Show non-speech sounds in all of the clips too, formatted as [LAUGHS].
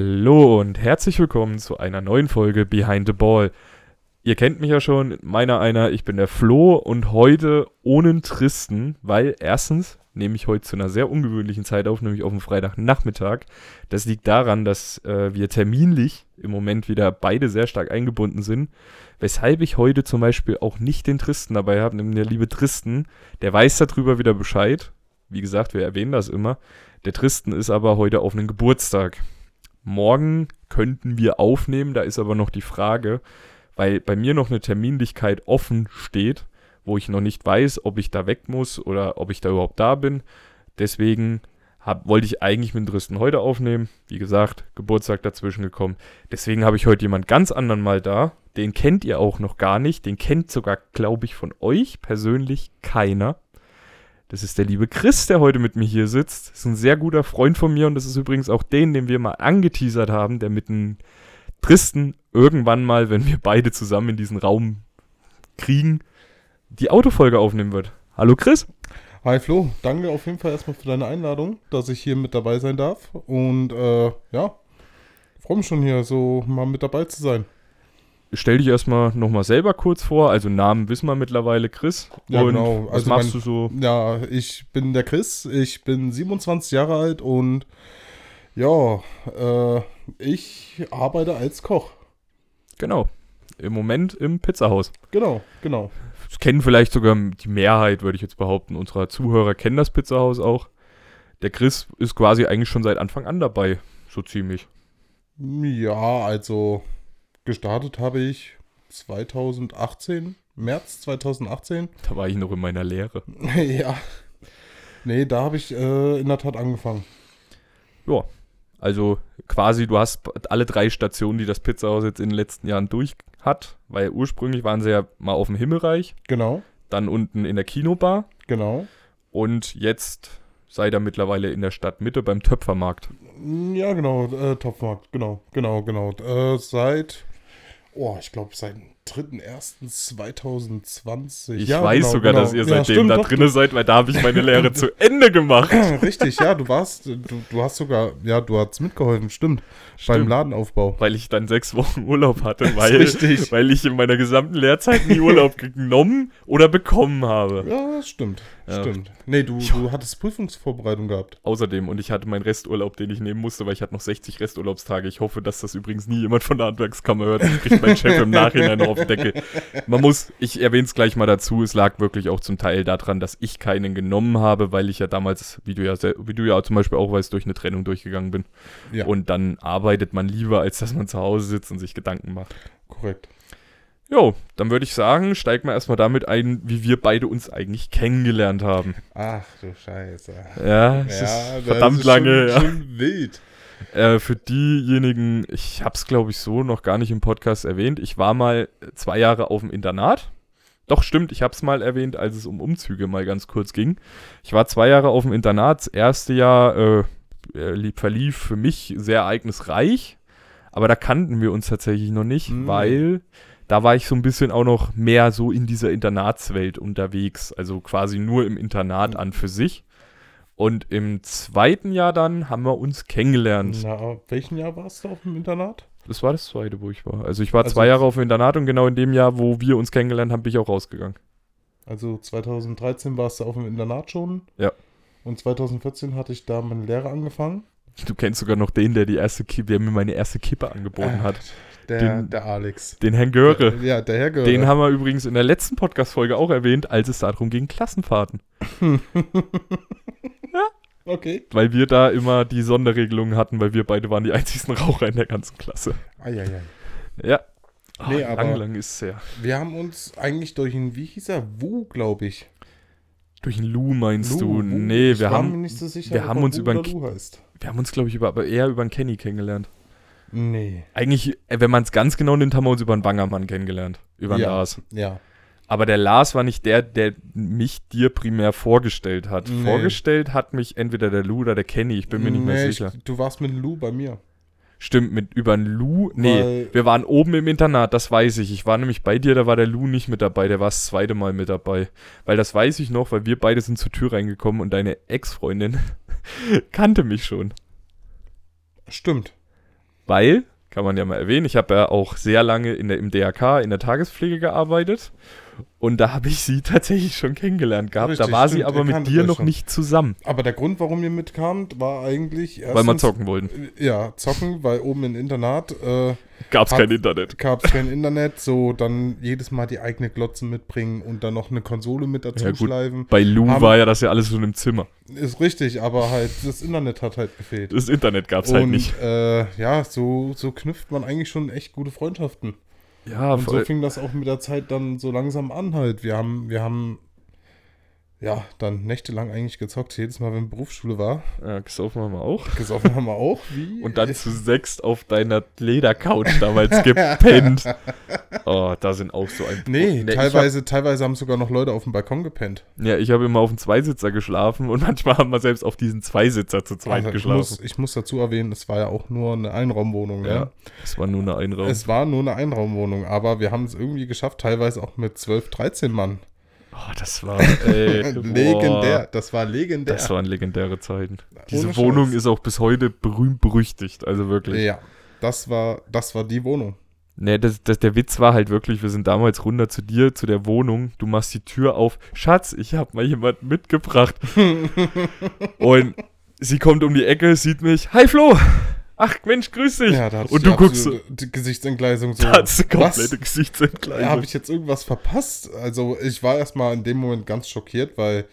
Hallo und herzlich willkommen zu einer neuen Folge Behind the Ball. Ihr kennt mich ja schon, meiner einer, ich bin der Flo und heute ohne den Tristen, weil erstens nehme ich heute zu einer sehr ungewöhnlichen Zeit auf, nämlich auf dem Freitagnachmittag. Das liegt daran, dass äh, wir terminlich im Moment wieder beide sehr stark eingebunden sind, weshalb ich heute zum Beispiel auch nicht den Tristen dabei habe, nämlich der liebe Tristen, der weiß darüber wieder Bescheid. Wie gesagt, wir erwähnen das immer. Der Tristen ist aber heute auf einen Geburtstag. Morgen könnten wir aufnehmen, da ist aber noch die Frage, weil bei mir noch eine Terminlichkeit offen steht, wo ich noch nicht weiß, ob ich da weg muss oder ob ich da überhaupt da bin. Deswegen hab, wollte ich eigentlich mit Dresden heute aufnehmen. Wie gesagt, Geburtstag dazwischen gekommen. Deswegen habe ich heute jemand ganz anderen mal da. Den kennt ihr auch noch gar nicht. Den kennt sogar, glaube ich, von euch persönlich keiner. Das ist der liebe Chris, der heute mit mir hier sitzt. Ist ein sehr guter Freund von mir und das ist übrigens auch den, den wir mal angeteasert haben, der mit dem Tristen irgendwann mal, wenn wir beide zusammen in diesen Raum kriegen, die Autofolge aufnehmen wird. Hallo Chris. Hi Flo, danke auf jeden Fall erstmal für deine Einladung, dass ich hier mit dabei sein darf. Und äh, ja, freue mich schon hier so mal mit dabei zu sein. Stell dich erstmal nochmal selber kurz vor. Also Namen wissen wir mittlerweile, Chris. Ja, und genau. was Also machst mein- du so? Ja, ich bin der Chris, ich bin 27 Jahre alt und ja, äh, ich arbeite als Koch. Genau. Im Moment im Pizzahaus. Genau, genau. Das kennen vielleicht sogar die Mehrheit, würde ich jetzt behaupten, unserer Zuhörer kennen das Pizzahaus auch. Der Chris ist quasi eigentlich schon seit Anfang an dabei, so ziemlich. Ja, also gestartet habe ich 2018, März 2018. Da war ich noch in meiner Lehre. [LAUGHS] ja. Nee, da habe ich äh, in der Tat angefangen. Ja. Also quasi, du hast alle drei Stationen, die das Pizzahaus jetzt in den letzten Jahren durch hat, weil ursprünglich waren sie ja mal auf dem Himmelreich, Genau, dann unten in der Kinobar genau. und jetzt sei da mittlerweile in der Stadtmitte beim Töpfermarkt. Ja, genau, äh, Topfmarkt, genau, genau, genau. Äh, seit, oh, ich glaube, seit dem 3.1.2020. Ich Ja, weiß genau, sogar, genau. dass ihr Ja, seitdem stimmt, da doch, drinne seid, weil da habe ich meine Lehre zu Ende gemacht. [LAUGHS] Richtig, ja, du warst, du, du hast sogar, ja, du hast mitgeholfen, stimmt, beim Stimmt. Ladenaufbau. weil ich dann sechs Wochen [LAUGHS] Urlaub hatte, ist weil, richtig. weil ich in meiner gesamten Lehrzeit nie Urlaub genommen oder bekommen habe. Ja, das stimmt, Ja. stimmt. Nee, du, du hattest Prüfungsvorbereitung gehabt. Außerdem, und ich hatte meinen Resturlaub, den ich nehmen musste, weil ich hatte noch 60 Resturlaubstage. Ich hoffe, dass das übrigens nie jemand von der Handwerkskammer hört. Das kriegt mein Chef im Nachhinein noch auf den Deckel. Man muss, ich erwähne es gleich mal dazu, es lag wirklich auch zum Teil daran, dass ich keinen genommen habe, weil ich ja damals, wie du ja, sel- wie du ja zum Beispiel auch weißt, durch eine Trennung durchgegangen bin. Ja, Und dann arbeitet man lieber, als dass man zu Hause sitzt und sich Gedanken macht. korrekt. Jo, dann würde ich sagen, steigen wir erstmal damit ein, wie wir beide uns eigentlich kennengelernt haben. Ach du Scheiße. Ja, es das ist verdammt lange. Schon, ja. schon wild. Äh, für diejenigen, ich habe es glaube ich so noch gar nicht im Podcast erwähnt, ich war mal zwei Jahre auf dem Internat. Doch stimmt, ich habe es mal erwähnt, als es um Umzüge mal ganz kurz ging. Ich war zwei Jahre auf dem Internat, das erste Jahr äh, äh, lieb- verlief für mich sehr ereignisreich, aber da kannten wir uns tatsächlich noch nicht, Mhm. weil da war ich so ein bisschen auch noch mehr so in dieser Internatswelt unterwegs, also quasi nur im Internat an für sich. Und im zweiten Jahr dann haben wir uns kennengelernt. Na, welchen Jahr warst du auf dem Internat? Das war das zweite, wo ich war. Also ich war Also- zwei Jahre auf dem Internat und genau in dem Jahr, wo wir uns kennengelernt haben, bin ich auch rausgegangen. Also 2013 warst du auf dem Internat schon. Ja. Und Und 2014 hatte ich da meine Lehre angefangen. Du kennst sogar noch den, der die erste Kippe, der mir meine erste Kippe angeboten hat. Äh, Der, Den- der Alex. Den Ah. Herrn Göre. Ja, der Herr Göre. Den haben wir übrigens in der letzten Podcast-Folge auch erwähnt, als es darum ging, Klassenfahrten. Hm. [LAUGHS] Okay. Weil wir da immer die Sonderregelungen hatten, weil wir beide waren die einzigsten [LAUGHS] Raucher in der ganzen Klasse. Eieiei. Ja. Nee, Ah, aber- lang, lang ist es her. Wir haben uns eigentlich durch einen, wie hieß er? Wu, glaube ich. Durch den Lou meinst Lu, du? Wu. nee, ich wir war mir haben, nicht so sicher, wir ob haben er uns Wu über oder den Lu heißt. wir haben uns, glaube ich, über, aber eher über einen Kenny kennengelernt. Nee. Eigentlich, äh, wenn man es ganz genau nimmt, haben wir uns über einen Wangermann kennengelernt. Über den ja. Lars. Ja. Aber der Lars war nicht der, der mich dir primär vorgestellt hat. Nee. Vorgestellt hat mich entweder der Lou oder der Kenny, ich bin mir nicht mehr Nee, sicher. Ich, du warst mit Lu bei mir. Stimmt, mit über einen Lou. Nee, Weil- wir waren oben im Internat, das weiß ich. Ich war nämlich bei dir, da war der Lou nicht mit dabei, der war das zweite Mal mit dabei. Weil das weiß ich noch, weil wir beide sind zur Tür reingekommen [LAUGHS] und deine Ex-Freundin kannte mich schon. Stimmt. weil, kann man ja mal erwähnen, ich habe ja auch sehr lange in der, im DRK in der Tagespflege gearbeitet und da habe ich sie [LAUGHS] tatsächlich schon kennengelernt gehabt. Richtig, da war sie stimmt, aber ihr mit kanntet dir euch noch schon. nicht zusammen, Aber der Grund, warum ihr mitkamt, war eigentlich erstens, weil wir zocken wollten. Ja, zocken, weil oben im Internat äh, Gab's Hab- kein Internet. gab es kein Internet, so dann jedes Mal die eigene Glotze mitbringen und dann noch eine Konsole mit dazu Ja, gut. schleifen. Bei Lou Haben- war ja das ja alles schon im Zimmer. Ist richtig, aber halt das Internet hat halt gefehlt. Das Internet gab's halt und nicht. Äh, ja, so, so knüpft man eigentlich schon echt gute Freundschaften. Ja, Und so voll. fing das auch mit der Zeit dann so langsam an halt. Wir haben, wir haben ja dann nächtelang eigentlich gezockt, jedes Mal, wenn Berufsschule war. ja, gesoffen haben wir auch. Gesoffen haben wir auch, wie? Und dann zu sechst auf deiner Ledercouch damals [LAUGHS] gepennt. Oh, da sind auch so ein. Nee, ich teilweise, teilweise haben sogar noch Leute auf dem Balkon gepennt. Hab, ja, ich habe immer auf dem Zweisitzer geschlafen und [LAUGHS] manchmal haben wir selbst auf diesen Zweisitzer zu zweit Also ich, geschlafen. muss, ich muss dazu erwähnen, es war ja auch nur eine Einraumwohnung. ja. Ja. es war nur eine Einraum. Es war nur eine Einraumwohnung, aber wir haben es irgendwie geschafft, teilweise auch mit 12, 13 Mann. Äh, Oh, das war ey, [LAUGHS] legendär, boah, das war legendär. Äh, Das waren legendäre Zeiten. Diese Scheiß. Wohnung ist auch bis heute berühmt berüchtigt, also wirklich. ja, das war, das war die Wohnung. Nee, das, das, der Witz war halt wirklich, wir sind damals runter zu dir, zu der Wohnung. Du machst die Tür auf. Schatz, ich hab mal jemanden mitgebracht. [LAUGHS] und sie kommt um die Ecke, sieht mich. Hi Flo! Ach Mensch, grüß dich! Ja, da hattest und du die guckst, so, absolute- die Gesichtsentgleisung so. da hat sie komplette Was? Habe Gesichtsentgleisung. ich jetzt irgendwas verpasst? Also, ich war erstmal in dem Moment ganz schockiert, weil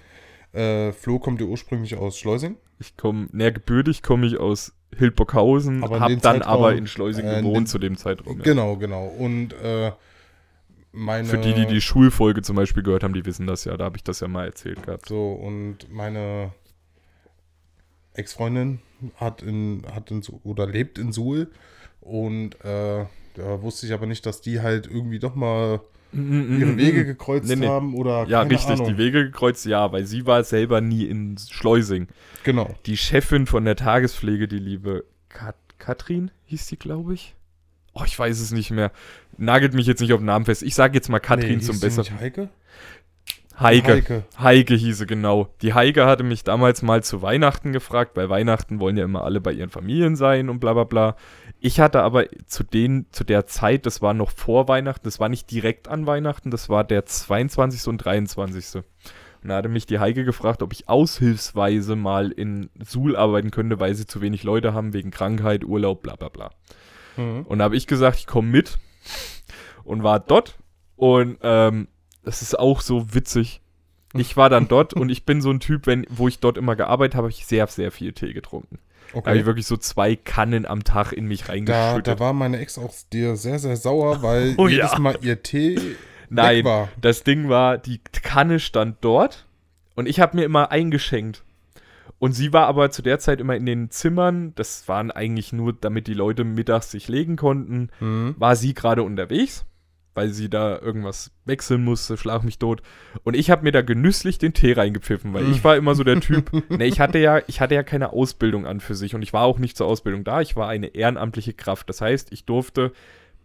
äh, Flo kommt ja ursprünglich aus Schleusing. Ich komme, näher gebürtig komme ich aus Hildburghausen, Aber in hab dem dann Zeitraum, aber in Schleusing äh, in gewohnt dem- zu dem Zeitraum. Ja. Genau, genau. Und äh, meine. Für die, die die Schulfolge zum Beispiel gehört haben, die wissen das ja. Da habe ich das ja mal erzählt gehabt. So, und meine Ex-Freundin hat in, hat in Su- oder lebt in Suhl und äh, da wusste ich aber nicht, dass die halt irgendwie doch mal ihre Wege gekreuzt Mhm, Nee, nee. haben oder Ja, keine richtig, Ahnung. die Wege gekreuzt, ja, weil sie war selber nie in Schleusing. Genau. Die Chefin von der Tagespflege, die liebe Kat Katrin, hieß die, glaube ich. Oh, ich weiß es nicht mehr. Nagelt mich jetzt nicht auf den Namen fest. Ich sage jetzt mal Katrin hieß zum die Besseren. nicht Heike? Heike. Heike. Heike. hieße, genau. Die Heike hatte mich damals mal zu Weihnachten gefragt, weil Weihnachten wollen ja immer alle bei ihren Familien sein und bla bla bla. Ich hatte aber zu, den, zu der Zeit, das war noch vor Weihnachten, das war nicht direkt an Weihnachten, das war der 22. und 23. Und da hatte mich die Heike gefragt, ob ich aushilfsweise mal in Suhl arbeiten könnte, weil sie zu wenig Leute haben wegen Krankheit, Urlaub, bla bla bla. Mhm. Und da habe ich gesagt, ich komme mit und war dort. Und ähm, das ist auch so witzig. Ich war dann dort und ich bin so ein Typ, wenn, wo ich dort immer gearbeitet habe, habe ich sehr, sehr viel Tee getrunken. Da habe ich Okay. wirklich so zwei Kannen am Tag in mich Da, reingeschüttet. da war meine Ex auch dir sehr, sehr sauer, weil [LAUGHS] Oh jedes ja. Mal ihr Tee weg Nein, war. das Ding war, die Kanne stand dort und ich habe mir immer eingeschenkt. Und sie war aber zu der Zeit immer in den Zimmern. Das waren eigentlich nur, damit die Leute mittags sich legen konnten. Mhm. war sie gerade unterwegs, weil sie da irgendwas wechseln musste, schlag mich tot. Und ich habe mir da genüsslich den Tee reingepfiffen, weil ich war immer so der Typ, [LAUGHS] ne, ich hatte ja, ich hatte ja keine Ausbildung an für sich und ich war auch nicht zur Ausbildung da, ich war eine ehrenamtliche Kraft. Das heißt, ich durfte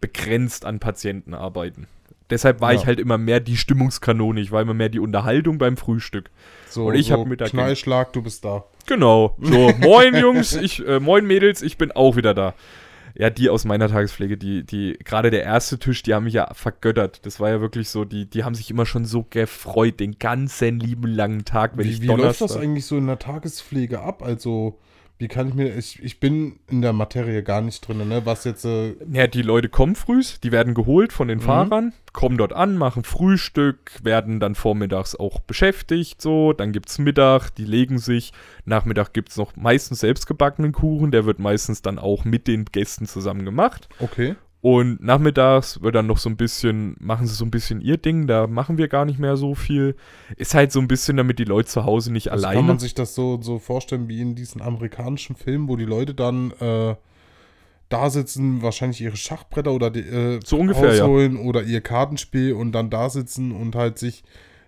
begrenzt an Patienten arbeiten. Deshalb war Ja. ich halt immer mehr die Stimmungskanone, ich war immer mehr die Unterhaltung beim Frühstück. So, Und ich so hab mir da ge- Knallschlag, du bist da. Genau. [LAUGHS] So, moin Jungs, ich, äh, moin Mädels, ich bin auch wieder da. Ja, die aus meiner Tagespflege, die, die, gerade der erste Tisch, die haben mich ja vergöttert. Das war ja wirklich so, die, die haben sich immer schon so gefreut, den ganzen lieben langen Tag, wenn ich Wie, wie läuft das eigentlich so in der Tagespflege ab? Also, wie kann ich mir, ich, ich bin in der Materie gar nicht drin, ne? Was jetzt, äh, Ja, die Leute kommen frühs, die werden geholt von den Mhm. Fahrern, kommen dort an, machen Frühstück, werden dann vormittags auch beschäftigt, so, dann gibt's Mittag, die legen sich, Nachmittag gibt's noch meistens selbstgebackenen Kuchen, der wird meistens dann auch mit den Gästen zusammen gemacht. okay. Und nachmittags wird dann noch so ein bisschen, machen sie so ein bisschen ihr Ding, da machen wir gar nicht mehr so viel. Ist halt so ein bisschen, damit die Leute zu Hause nicht Also alleine. Kann man sich das so, so vorstellen wie in diesen amerikanischen Filmen, wo die Leute dann äh, da sitzen, wahrscheinlich ihre Schachbretter oder die, äh, So ungefähr, ja. ausholen oder ihr Kartenspiel und dann da sitzen und halt sich,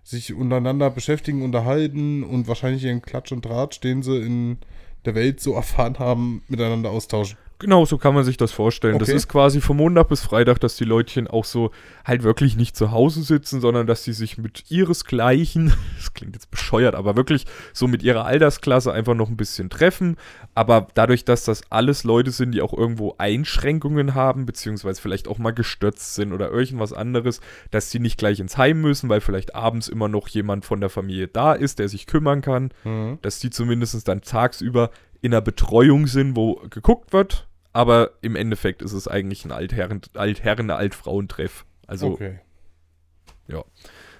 sich untereinander beschäftigen, unterhalten und [LAUGHS] wahrscheinlich ihren Klatsch und Draht, den sie in der Welt so erfahren haben, miteinander austauschen. Genau, so kann man sich das vorstellen. Das Okay. ist quasi von Montag bis Freitag, dass die Leutchen auch so halt wirklich nicht zu Hause sitzen, sondern dass sie sich mit ihresgleichen, [LAUGHS] das klingt jetzt bescheuert, aber wirklich so mit ihrer Altersklasse einfach noch ein bisschen treffen. Aber dadurch, dass das alles Leute sind, die auch irgendwo Einschränkungen haben, beziehungsweise vielleicht auch mal gestürzt sind oder irgendwas anderes, dass sie nicht gleich ins Heim müssen, weil vielleicht abends immer noch jemand von der Familie da ist, der sich kümmern kann Mhm. dass die zumindest dann tagsüber in einer Betreuung sind, wo geguckt wird. Aber im Endeffekt ist es eigentlich ein Altherren, Altherren Altfrauentreff. Also Okay.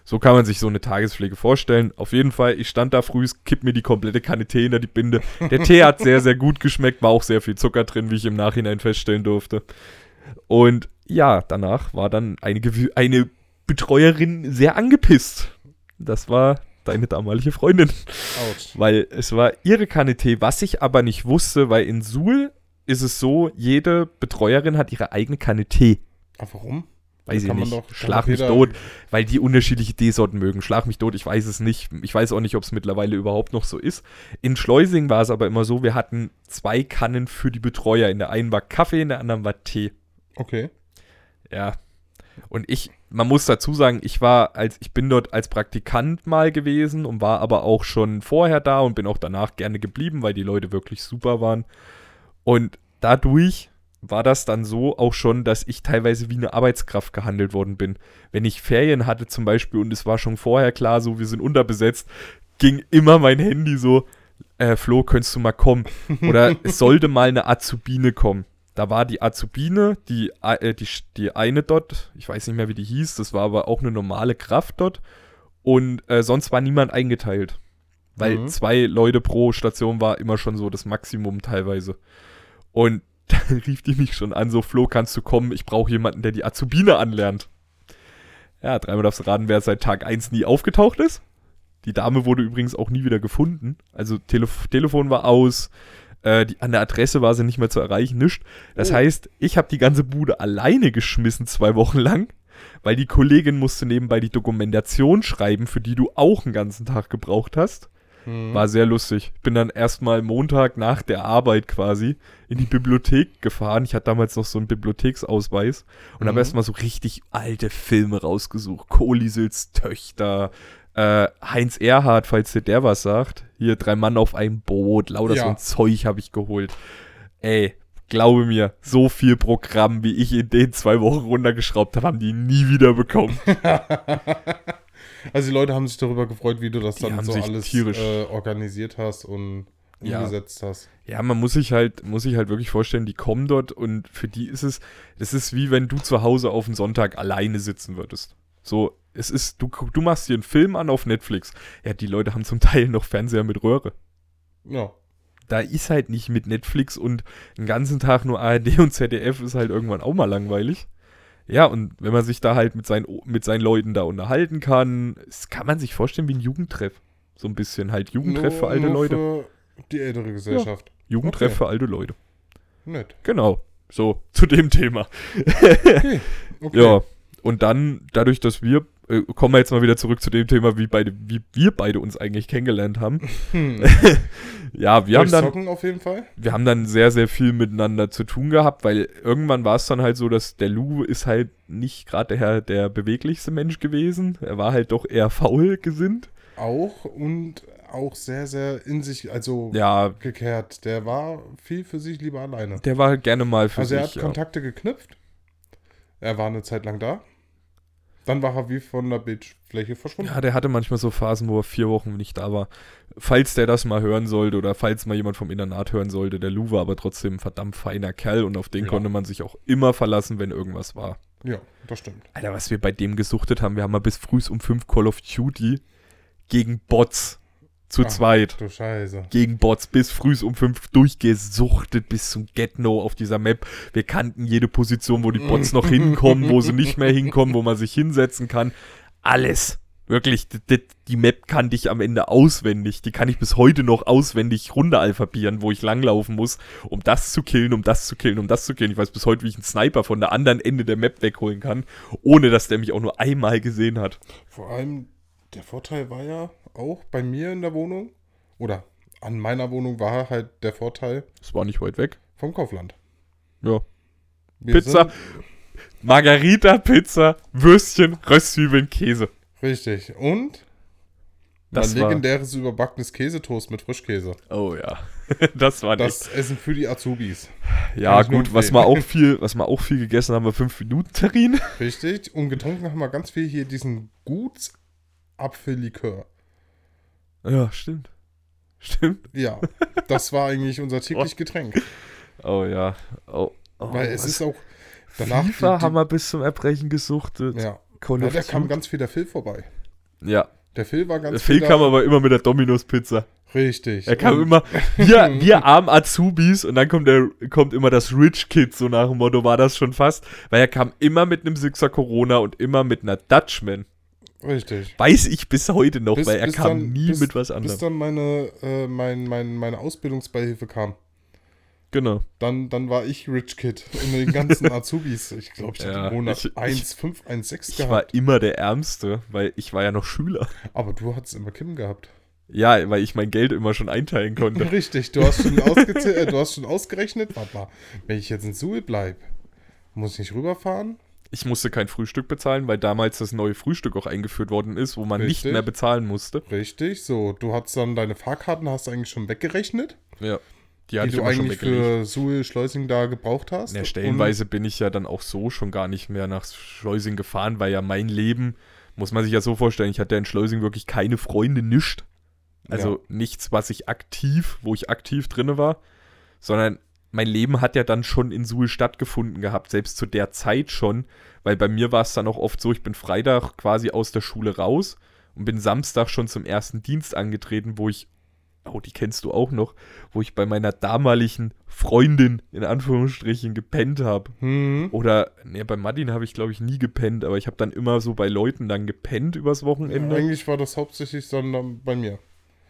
so kann man sich so eine Tagespflege vorstellen. Auf jeden Fall, ich stand da früh, es kippt mir die komplette Kanne Tee hinter die Binde. Der Tee hat sehr, sehr gut geschmeckt, war auch sehr viel Zucker drin, wie ich im Nachhinein feststellen durfte. Und ja, danach war dann eine, gewi- eine Betreuerin sehr angepisst. Das war deine damalige Freundin. Autsch. Weil es war ihre Kanne Tee, was ich aber nicht wusste, weil in Suhl ist es so, jede Betreuerin hat ihre eigene Kanne Tee. Aber Ah, warum? Weiß ich Kann man nicht. doch- kann Schlag doch mich jeder- tot, weil die unterschiedliche Teesorten mögen. Schlag mich tot, ich weiß es nicht. Ich weiß auch nicht, ob es mittlerweile überhaupt noch so ist. In Schleusing war es aber immer so, wir hatten zwei Kannen für die Betreuer. In der einen war Kaffee, in der anderen war Tee. Okay. Ja. Und ich, man muss dazu sagen, ich war als, ich bin dort als Praktikant mal gewesen und war aber auch schon vorher da und bin auch danach gerne geblieben, weil die Leute wirklich super waren. Und dadurch war das dann so auch schon, dass ich teilweise wie eine Arbeitskraft gehandelt worden bin. Wenn ich Ferien hatte zum Beispiel und es war schon vorher klar, so wir sind unterbesetzt, ging immer mein Handy so, äh, Flo, könntest du mal kommen? Oder es sollte mal eine Azubine kommen. Da war die Azubine, die, äh, die, die eine dort, ich weiß nicht mehr, wie die hieß, das war aber auch eine normale Kraft dort. Und äh, sonst war niemand eingeteilt. Weil Mhm. zwei Leute pro Station war immer schon so das Maximum teilweise. Und [LAUGHS] da rief die mich schon an, so Flo, kannst du kommen? Ich brauche jemanden, der die Azubine anlernt. Ja, dreimal darfst du raten, wer seit Tag 1 nie aufgetaucht ist. Die Dame wurde übrigens auch nie wieder gefunden. Also Telef Telefon war aus, äh, die, an der Adresse war sie nicht mehr zu erreichen, nichts. Das Oh. heißt, ich habe die ganze Bude alleine geschmissen, zwei Wochen lang, weil die Kollegin musste nebenbei die Dokumentation schreiben, für die du auch einen ganzen Tag gebraucht hast. Mhm. War sehr lustig. Ich bin dann erstmal Montag nach der Arbeit quasi in die Bibliothek gefahren. Ich hatte damals noch so einen Bibliotheksausweis und habe Mhm. erstmal so richtig alte Filme rausgesucht. Kolisils Töchter, äh, Heinz Erhard, falls dir der was sagt. Hier, drei Mann auf einem Boot, lauter so Ja. ein Zeug habe ich geholt. Ey, glaube mir, so viel Programm, wie ich in den zwei Wochen runtergeschraubt habe, haben die nie wieder bekommen. Also die Leute haben sich darüber gefreut, wie du das Die dann haben so sich alles tierisch- äh, organisiert hast und Ja. umgesetzt hast. Ja, man muss sich halt, muss sich halt wirklich vorstellen, die kommen dort und für die ist es, es ist wie wenn du zu Hause auf dem Sonntag alleine sitzen würdest. So, es ist, du, guck- du machst dir einen Film an auf Netflix. Ja, die Leute haben zum [LAUGHS] Teil noch Fernseher mit Röhre. Ja. Da ist halt nicht mit Netflix und den ganzen Tag nur ARD und ZDF ist halt irgendwann auch mal langweilig. Ja, und wenn man sich da halt mit seinen, mit seinen Leuten da unterhalten kann, es kann man sich vorstellen wie ein Jugendtreff. So ein bisschen halt Jugendtreff für alte Leute. Für die ältere Gesellschaft. Jugendtreff okay. für alte Leute. Nett. Genau. [LAUGHS] So, zu dem Thema. [LAUGHS] Okay. Ja. Und dann, dadurch, dass wir, äh, kommen wir jetzt mal wieder zurück zu dem Thema, wie, beide, wie wir beide uns eigentlich kennengelernt [LAUGHS] haben. Hm. Ja, wir Wir haben, dann, Zocken auf jeden Fall. wir haben dann sehr, sehr viel miteinander zu tun gehabt, weil irgendwann war es dann halt so, dass der Lou ist halt nicht gerade der, der beweglichste Mensch gewesen. Er war halt doch eher faul gesinnt. Auch und auch sehr, sehr in sich, also Ja, gekehrt. Der war viel für sich lieber alleine. der war halt gerne mal für also er hat sich. ja. Kontakte geknüpft. Er war eine Zeit lang da. Dann war er wie von der Bildfläche verschwunden. Ja, der hatte manchmal so Phasen, wo er vier Wochen nicht da war. Falls der das mal hören sollte oder falls mal jemand vom Internat hören sollte, der Lou war aber trotzdem ein verdammt feiner Kerl und auf den Ja. konnte man sich auch immer verlassen, wenn irgendwas war. Ja, das stimmt. Alter, was wir bei dem gesuchtet haben, wir haben mal bis frühs um fünf Call of Duty gegen Bots zu Ah. zweit. Du Scheiße. Gegen Bots bis frühs um fünf durchgesuchtet bis zum Get-No auf dieser Map. Wir kannten jede Position, wo die Bots noch hinkommen, wo sie nicht mehr hinkommen, wo man sich hinsetzen kann. Alles. Wirklich, d- d- die Map kannte ich am Ende auswendig. Die kann ich bis heute noch auswendig runteralphabieren, wo ich langlaufen muss, um das zu killen, um das zu killen, um das zu killen. Ich weiß bis heute, wie ich einen Sniper von der anderen Ende der Map wegholen kann, ohne dass der mich auch nur einmal gesehen hat. Vor allem, der Vorteil war ja auch bei mir in der Wohnung, oder an meiner Wohnung war halt der Vorteil Das war nicht weit weg. vom Kaufland. Ja. Wir Pizza. Sind, Margarita, Pizza, Würstchen, Röstzwiebeln, Käse. richtig. Und Das mein war- legendäres überbackenes Käsetoast mit Frischkäse. Oh ja. [LAUGHS] das war nicht. Das Essen für die Azubis. Ja, ich nur gut, was empfehlen. wir auch viel, was wir auch viel gegessen haben, war 5 Minuten Terrin. Richtig. Und getrunken haben wir ganz viel hier diesen Gutsapfellikör. [LAUGHS] Ja, stimmt. Stimmt. Ja, das war eigentlich unser täglich Getränk. Oh ja. Oh, oh, Weil es was- ist auch danach. die- FIFA die- haben wir bis zum Erbrechen gesuchtet. ja. Call ja, of da kam Duty. ganz viel der Phil vorbei. ja. Der Phil war ganz Phil viel. kam da. aber immer mit der Dominos-Pizza. Richtig. Er kam Und immer, wir, [LAUGHS] wir armen Azubis und dann kommt, der, kommt immer das Rich Kid, so nach dem Motto war das schon fast. Weil er kam immer mit einem Sixer Corona und immer mit einer Dutchman. Richtig. Weiß ich bis heute noch, Bis- weil er bis kam dann- nie bis- mit was Bis anderem. dann meine, äh, mein, mein, meine Ausbildungsbeihilfe kam. Genau. Dann, dann war ich Rich Kid und [LAUGHS] den ganzen Azubis. Ich glaube, ich hatte Ja, im Monat ich- ich- 1, 5, 1, 6 Ich gehabt. war immer der Ärmste, weil ich war ja noch Schüler. Aber du hattest immer Kim gehabt. Ja, weil ich mein Geld immer schon einteilen konnte. [LAUGHS] Richtig, du hast schon, ausgezäh- äh, du hast schon ausgerechnet. Warte mal, wenn ich jetzt in Suhl bleibe, muss ich nicht rüberfahren? Ich musste kein Frühstück bezahlen, weil damals das neue Frühstück auch eingeführt worden ist, wo man Richtig. nicht mehr bezahlen musste. Richtig, so. Du hast dann deine Fahrkarten, hast du eigentlich schon weggerechnet, Ja. Die die hatte ich du immer schon eigentlich weggelegt. für Suhl, Schleusing da gebraucht hast. Ja, Und- stellenweise bin ich ja dann auch so schon gar nicht mehr nach Schleusing gefahren, weil ja mein Leben, muss man sich ja so vorstellen, ich hatte in Schleusing wirklich keine Freunde, nischt. Also nichts, was ich aktiv, wo ich aktiv drinne war, sondern mein Leben hat ja dann schon in Suhl stattgefunden gehabt, selbst zu der Zeit schon, weil bei mir war es dann auch oft so, ich bin Freitag quasi aus der Schule raus und bin Samstag schon zum ersten Dienst angetreten, wo ich, oh, die kennst du auch noch, wo ich bei meiner damaligen Freundin in Anführungsstrichen gepennt habe. Hm, Oder, nee, bei Martin habe ich glaube ich nie gepennt, aber ich habe dann immer so bei Leuten dann gepennt übers Wochenende. eigentlich war das hauptsächlich dann, dann bei mir.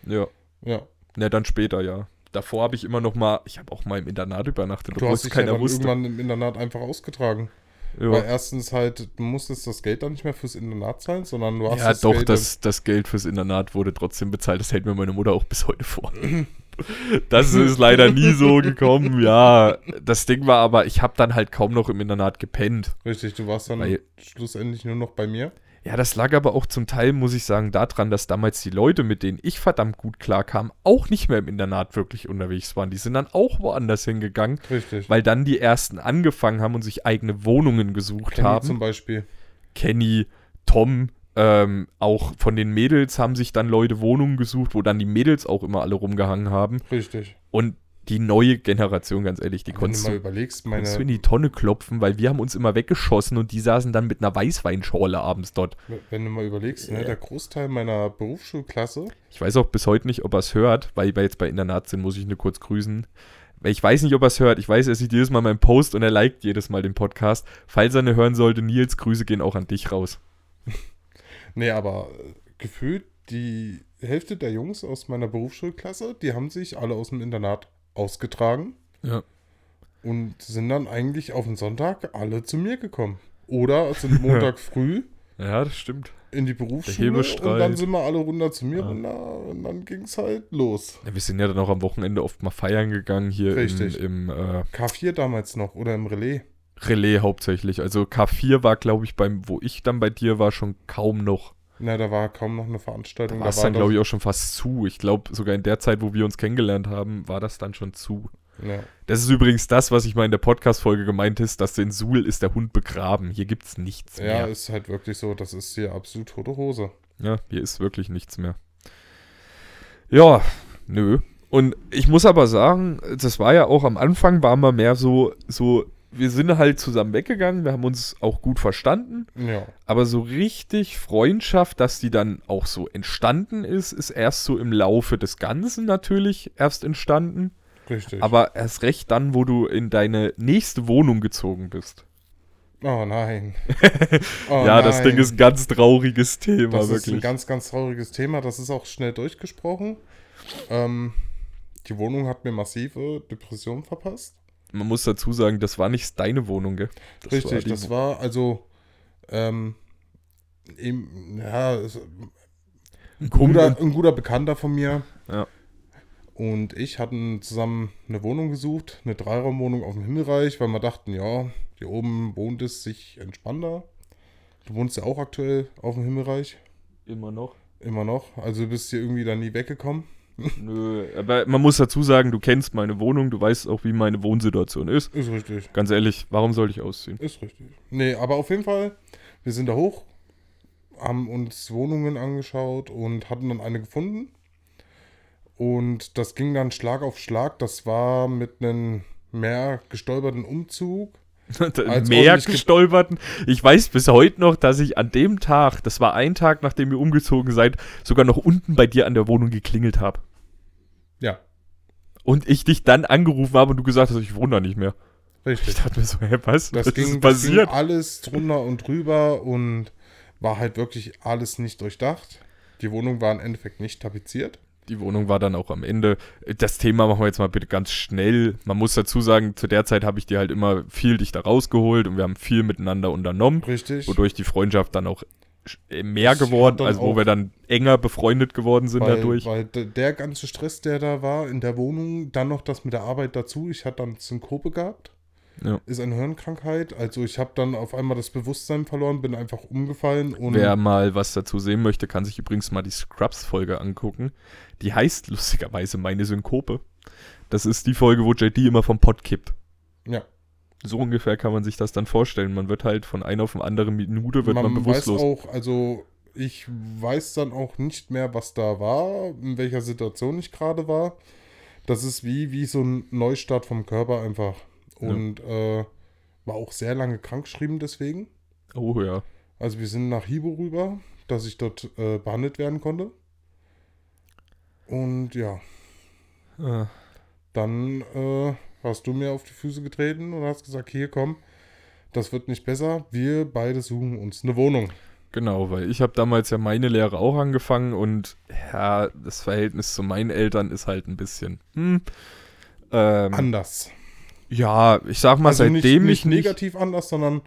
Ja, Ja. ne, dann später, ja. Davor habe ich immer noch mal, ich habe auch mal im Internat übernachtet, Du obwohl hast es dich ja keiner dann wusste. irgendwann im Internat einfach ausgetragen. Weil Ja, erstens halt, du musstest das Geld dann nicht mehr fürs Internat zahlen, sondern du hast ja doch, Geld das, das Geld fürs Internat wurde trotzdem bezahlt, das hält mir meine Mutter auch bis heute vor. [LAUGHS] Das ist leider nie so gekommen, ja. Das Ding war aber, ich habe dann halt kaum noch im Internat gepennt. Richtig, du warst dann Weil- schlussendlich nur noch bei mir. Ja, das lag aber auch zum Teil, muss ich sagen, daran, dass damals die Leute, mit denen ich verdammt gut klarkam, auch nicht mehr im Internat wirklich unterwegs waren. Die sind dann auch woanders hingegangen, Richtig. weil dann die ersten angefangen haben und sich eigene Wohnungen gesucht Kenny haben. zum Beispiel. Kenny, Tom, ähm, auch von den Mädels haben sich dann Leute Wohnungen gesucht, wo dann die Mädels auch immer alle rumgehangen haben. Richtig. Und die neue Generation, ganz ehrlich, die Wenn du konntest mal du, überlegst, konntest du in meine, die Tonne klopfen, weil wir haben uns immer weggeschossen und die saßen dann mit einer Weißweinschorle abends dort. wenn du mal überlegst, ne, der Großteil meiner Berufsschulklasse, Ich weiß auch bis heute nicht, ob er es hört, weil wir jetzt bei Internat sind, muss ich nur kurz grüßen. Weil Ich weiß nicht, ob er es hört. Ich weiß, er sieht jedes Mal meinen Post und er liked jedes Mal den Podcast. Falls er ne hören sollte, Nils, Grüße gehen auch an dich raus. nee, aber äh, gefühlt die Hälfte der Jungs aus meiner Berufsschulklasse, die haben sich alle aus dem Internat ausgetragen Ja. und sind dann eigentlich auf den Sonntag alle zu mir gekommen. Oder [LAUGHS] sind Montag früh Ja, das stimmt. in die Berufsschule und Hebestreit. dann sind wir alle runter zu mir Ja. runter und dann ging's halt los. Ja, wir sind ja dann auch am Wochenende oft mal feiern gegangen hier Richtig. im, im äh, K4 damals noch oder im Relais. Relais hauptsächlich. Also K4 war, glaube ich, beim, wo ich dann bei dir war, schon kaum noch. Na, da war kaum noch eine Veranstaltung. Da war es dann, glaube ich, auch schon fast zu. Ich glaube, sogar in der Zeit, wo wir uns kennengelernt haben, war das dann schon zu. ich. Ja. Das ist übrigens das, was ich mal in der Podcast-Folge gemeint ist, dass in Suhl ist der Hund begraben. Hier gibt's nichts Ja, mehr. ist halt wirklich so, das ist hier absolut tote Hose. Ja, hier ist wirklich nichts mehr. Ja, nö. Und ich muss aber sagen, das war ja auch am Anfang, waren wir mehr so, so, wir sind halt zusammen weggegangen, wir haben uns auch gut verstanden, Ja, aber so richtig Freundschaft, dass die dann auch so entstanden ist, ist erst so im Laufe des Ganzen natürlich erst entstanden, richtig. aber erst recht dann, wo du in deine nächste Wohnung gezogen bist. oh [LAUGHS] nein. Oh, ja, das Ding ist ein ganz trauriges Thema, Das ist ein wirklich. ganz, ganz trauriges Thema. Das ist auch schnell durchgesprochen. Ähm, die Wohnung hat mir massive Depressionen verpasst. Man muss dazu sagen, das war nicht deine Wohnung, gell? Das richtig, die das Wo- war also. Ähm, eben, ja, es- ein guter, Kumpel. ein guter Bekannter von mir. Ja. und ich hatten zusammen eine Wohnung gesucht, eine Dreiraumwohnung auf dem Himmelreich, weil wir dachten, ja, hier oben wohnt es sich entspannter. Du wohnst ja auch aktuell auf dem Himmelreich, Immer noch. immer noch. Also du bist hier irgendwie da nie weggekommen. Nö, aber man muss dazu sagen, du kennst meine Wohnung, du weißt auch, wie meine Wohnsituation ist. Ist richtig. Ganz ehrlich, warum sollte ich ausziehen? Ist richtig. Nee, aber auf jeden Fall, wir sind da hoch, haben uns Wohnungen angeschaut und hatten dann eine gefunden. Und das ging dann Schlag auf Schlag. Das war mit einem mehr gestolperten Umzug. Als [LAUGHS] Mehr ordentlich ge- gestolperten. Ich weiß bis heute noch, dass ich an dem Tag, das war ein Tag, nachdem ihr umgezogen seid, sogar noch unten bei dir an der Wohnung geklingelt habe. Ja, Und ich dich dann angerufen habe und du gesagt hast, ich wohne da nicht mehr. Ich richtig. dachte mir so, hä, [LAUGHS] was? Das was ging, ist das ging passiert? alles drunter und drüber und war halt wirklich alles nicht durchdacht. Die Wohnung war im Endeffekt nicht tapeziert. Die Wohnung war dann auch am Ende. Das Thema machen wir jetzt mal bitte ganz schnell. Man muss dazu sagen, zu der Zeit habe ich dir halt immer viel dich da rausgeholt und wir haben viel miteinander unternommen, Richtig. wodurch die Freundschaft dann auch sch- äh, mehr Ich hab geworden, dann also wo auch- wir dann enger befreundet geworden sind weil, dadurch. Weil d- der ganze Stress, der da war in der Wohnung, dann noch das mit der Arbeit dazu. Ich hatte dann Synkope gehabt. Ja. Ist eine Hirnkrankheit. Also ich habe dann auf einmal das Bewusstsein verloren, bin einfach umgefallen und Wer mal was dazu sehen möchte, kann sich übrigens mal die Scrubs-Folge angucken. Die heißt lustigerweise Meine Synkope. Das ist die Folge, wo JD immer vom Pott kippt. Ja. So ungefähr kann man sich das dann vorstellen. Man wird halt von einer auf den anderen Minute wird man, bewusstlos. weiß auch, also ich weiß dann auch nicht mehr, was da war, in welcher Situation ich gerade war. Das ist wie, wie so ein Neustart vom Körper einfach. Ja. Und äh, war auch sehr lange krankgeschrieben deswegen. Oh ja. Also wir sind nach Hibo rüber, dass ich dort äh, behandelt werden konnte. Und ja, Ah, dann äh, hast du mir auf die Füße getreten und hast gesagt, hier komm, das wird nicht besser. Wir beide suchen uns eine Wohnung. Genau, weil ich habe damals ja meine Lehre auch angefangen und ja, das Verhältnis zu meinen Eltern ist halt ein bisschen. Hm, ähm, Anders. ja, ich sag mal, Also nicht, seitdem nicht ich nicht, negativ anders, sondern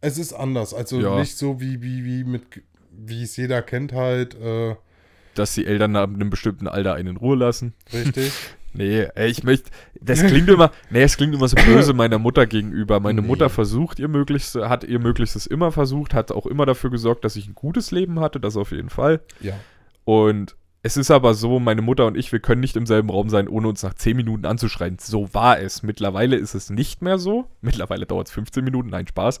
es ist anders. Also Ja. nicht so wie, wie, wie mit wie es jeder kennt halt, äh, dass die Eltern ab einem bestimmten Alter einen in Ruhe lassen. richtig. [LAUGHS] Nee, ey, ich möchte, [LAUGHS] das klingt immer, nee, es klingt immer so böse meiner Mutter gegenüber. Meine Nee. Mutter versucht ihr Möglichstes, hat ihr Möglichstes immer versucht, hat auch immer dafür gesorgt, dass ich ein gutes Leben hatte, das auf jeden Fall. ja. Und es ist aber so, meine Mutter und ich, wir können nicht im selben Raum sein, ohne uns nach 10 Minuten anzuschreien. So war es. Mittlerweile ist es nicht mehr so. Mittlerweile dauert es 15 Minuten, nein, Spaß.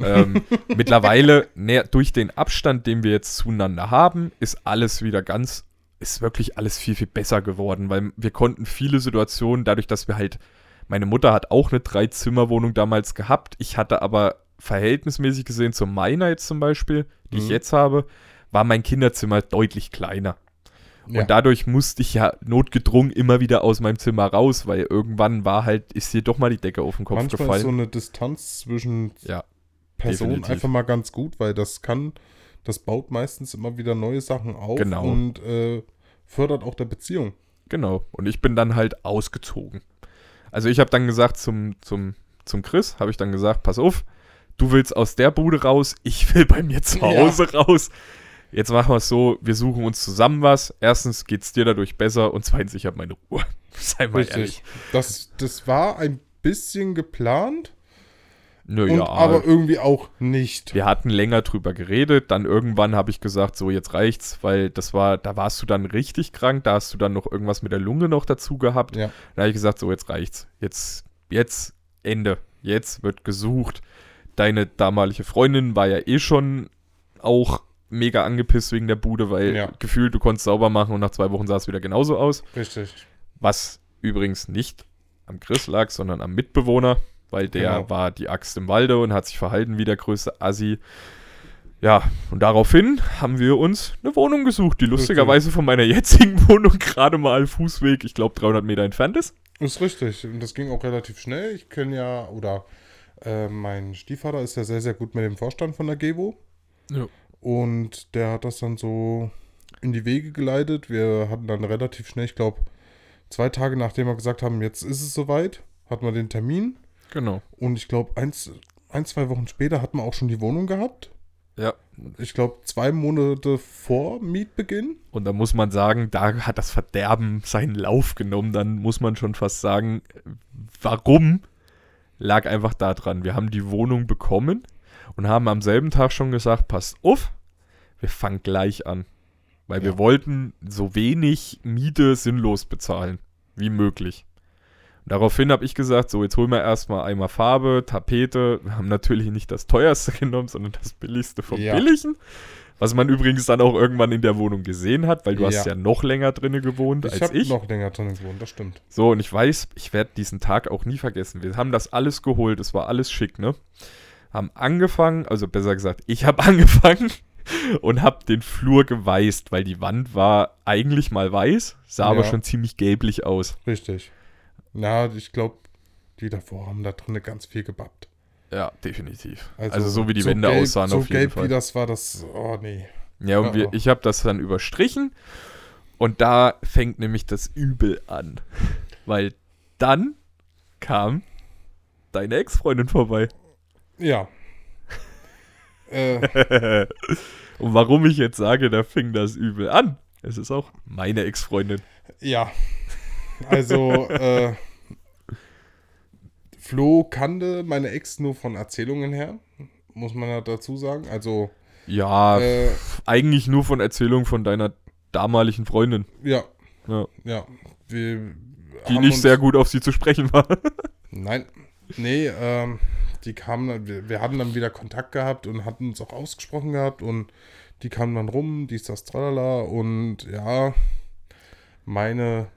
Ähm, mittlerweile, ne, durch den Abstand, den wir jetzt zueinander haben, ist alles wieder ganz, ist wirklich alles viel, viel besser geworden, weil wir konnten viele Situationen, dadurch, dass wir halt, meine Mutter hat auch eine Drei-Zimmer-Wohnung damals gehabt. Ich hatte aber verhältnismäßig gesehen zu meiner jetzt zum Beispiel, die ich Mhm. jetzt habe, war mein Kinderzimmer deutlich kleiner. ja. Und dadurch musste ich ja notgedrungen immer wieder aus meinem Zimmer raus, weil irgendwann war halt, ist hier doch mal die Decke auf den Kopf Manchmal gefallen. ist so eine Distanz zwischen Ja, Personen definitiv. einfach mal ganz gut, weil das kann, das baut meistens immer wieder neue Sachen auf Genau. und äh, fördert auch der Beziehung. genau. Und ich bin dann halt ausgezogen. Also ich habe dann gesagt zum, zum, zum Chris, habe ich dann gesagt, pass auf, du willst aus der Bude raus, ich will bei mir zu [LAUGHS] Ja. Hause raus. Jetzt machen wir es so, wir suchen uns zusammen was. Erstens geht es dir dadurch besser und zweitens, ich habe meine Ruhe. [LAUGHS] Sei mal ehrlich. Das, das war ein bisschen geplant, Nö, und, ja, aber irgendwie auch nicht. Wir hatten länger drüber geredet, dann irgendwann habe ich gesagt, so jetzt reicht's, weil das war, da warst du dann richtig krank, da hast du dann noch irgendwas mit der Lunge noch dazu gehabt. Ja. Da habe ich gesagt, so jetzt reicht's. Jetzt, jetzt Ende. Jetzt wird gesucht. Deine damalige Freundin war ja eh schon auch mega angepisst wegen der Bude, weil Ja. gefühlt du konntest sauber machen und nach zwei Wochen sah es wieder genauso aus. Richtig. Was übrigens nicht am Chris lag, sondern am Mitbewohner, weil der Genau. war die Axt im Walde und hat sich verhalten wie der größte Assi. Ja, und daraufhin haben wir uns eine Wohnung gesucht, die lustigerweise von meiner jetzigen [LAUGHS] Wohnung gerade mal Fußweg, ich glaube 300 Meter entfernt ist. Ist richtig. Und das ging auch relativ schnell. Ich kenne ja, oder äh, mein Stiefvater ist ja sehr, sehr gut mit dem Vorstand von der GEWO. Ja. Und der hat das dann so in die Wege geleitet. Wir hatten dann relativ schnell, ich glaube, zwei Tage nachdem wir gesagt haben, jetzt ist es soweit, hatten wir den Termin. Genau. Und ich glaube, eins, ein, zwei Wochen später hatten wir auch schon die Wohnung gehabt. Ja. Ich glaube, zwei Monate vor Mietbeginn. Und da muss man sagen, da hat das Verderben seinen Lauf genommen. Dann muss man schon fast sagen, warum lag einfach daran. Wir haben die Wohnung bekommen und haben am selben Tag schon gesagt, passt auf, wir fangen gleich an. Weil wir wollten so wenig Miete sinnlos bezahlen wie möglich. Daraufhin habe ich gesagt, so jetzt holen wir erstmal einmal Farbe, Tapete. Wir haben natürlich nicht das teuerste [LAUGHS] genommen, sondern das billigste vom Ja. billigen. Was man übrigens dann auch irgendwann in der Wohnung gesehen hat, weil du hast Ja. ja noch länger drinne gewohnt Ich als habe ich. noch länger drin gewohnt, das stimmt. So, und ich weiß, ich werde diesen Tag auch nie vergessen. Wir haben das alles geholt, es war alles schick, ne? Haben angefangen, also besser gesagt, ich habe [LAUGHS] angefangen und habe den Flur geweißt, weil die Wand war eigentlich mal weiß, sah aber Ja. schon ziemlich gelblich aus. Richtig. Na, ich glaube, die davor haben da drin ganz viel gebappt. Ja, definitiv. Also, so wie die Wände gelb, aussahen so auf jeden gelb Fall. wie das war, das. Oh nee. Ja, und wir, Ja. ich habe das dann überstrichen und da fängt nämlich das Übel an. [LAUGHS] Weil dann kam deine Ex-Freundin vorbei. [LAUGHS] Ja. äh, und warum ich jetzt sage, da fing das Übel an. Es ist auch meine Ex-Freundin. ja. [LAUGHS] Also, äh, Flo kannte meine Ex nur von Erzählungen her, muss man ja dazu sagen. Also, Ja, Äh. pf, eigentlich nur von Erzählungen von deiner damaligen Freundin, ja. Ja. Ja. Wir die haben nicht uns- sehr gut auf sie zu sprechen war. [LAUGHS] Nein. Nee, ähm, die kamen, dann- wir, wir hatten dann wieder Kontakt gehabt und hatten uns auch ausgesprochen gehabt und die kamen dann rum, dies, das, tralala und ja, meine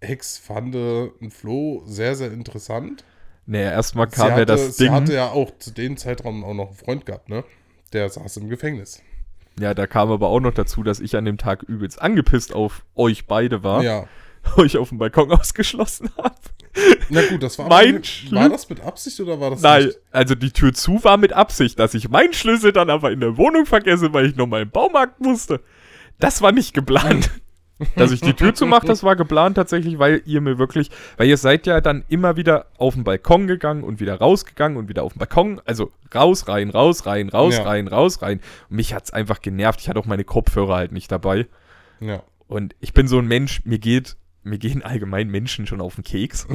Ex fand einen Flo sehr, sehr interessant. naja, erstmal Sie kam ja hatte, das sie Ding. hatte ja auch zu dem Zeitraum auch noch einen Freund gehabt, ne? Der saß im Gefängnis. Ja, da kam aber auch noch dazu, dass ich an dem Tag übelst angepisst auf euch beide war, Ja. [LAUGHS] euch auf dem Balkon ausgeschlossen habe. Na gut, das war Mein War Schlimm- das mit Absicht oder war das Nein, nicht? also die Tür zu war mit Absicht, dass ich meinen Schlüssel dann aber in der Wohnung vergesse, weil ich nochmal im Baumarkt musste. Das war nicht [LAUGHS] geplant. Dass ich die Tür zumache, das war geplant tatsächlich, weil ihr mir wirklich, weil ihr seid ja dann immer wieder auf den Balkon gegangen und wieder rausgegangen und wieder auf den Balkon, also raus, rein, raus, rein, raus, Ja. rein, raus, rein. Und mich hat's einfach genervt, ich hatte auch meine Kopfhörer halt nicht dabei. Ja. [LAUGHS] Und ich bin so ein Mensch, mir geht, mir gehen allgemein Menschen schon auf den Keks.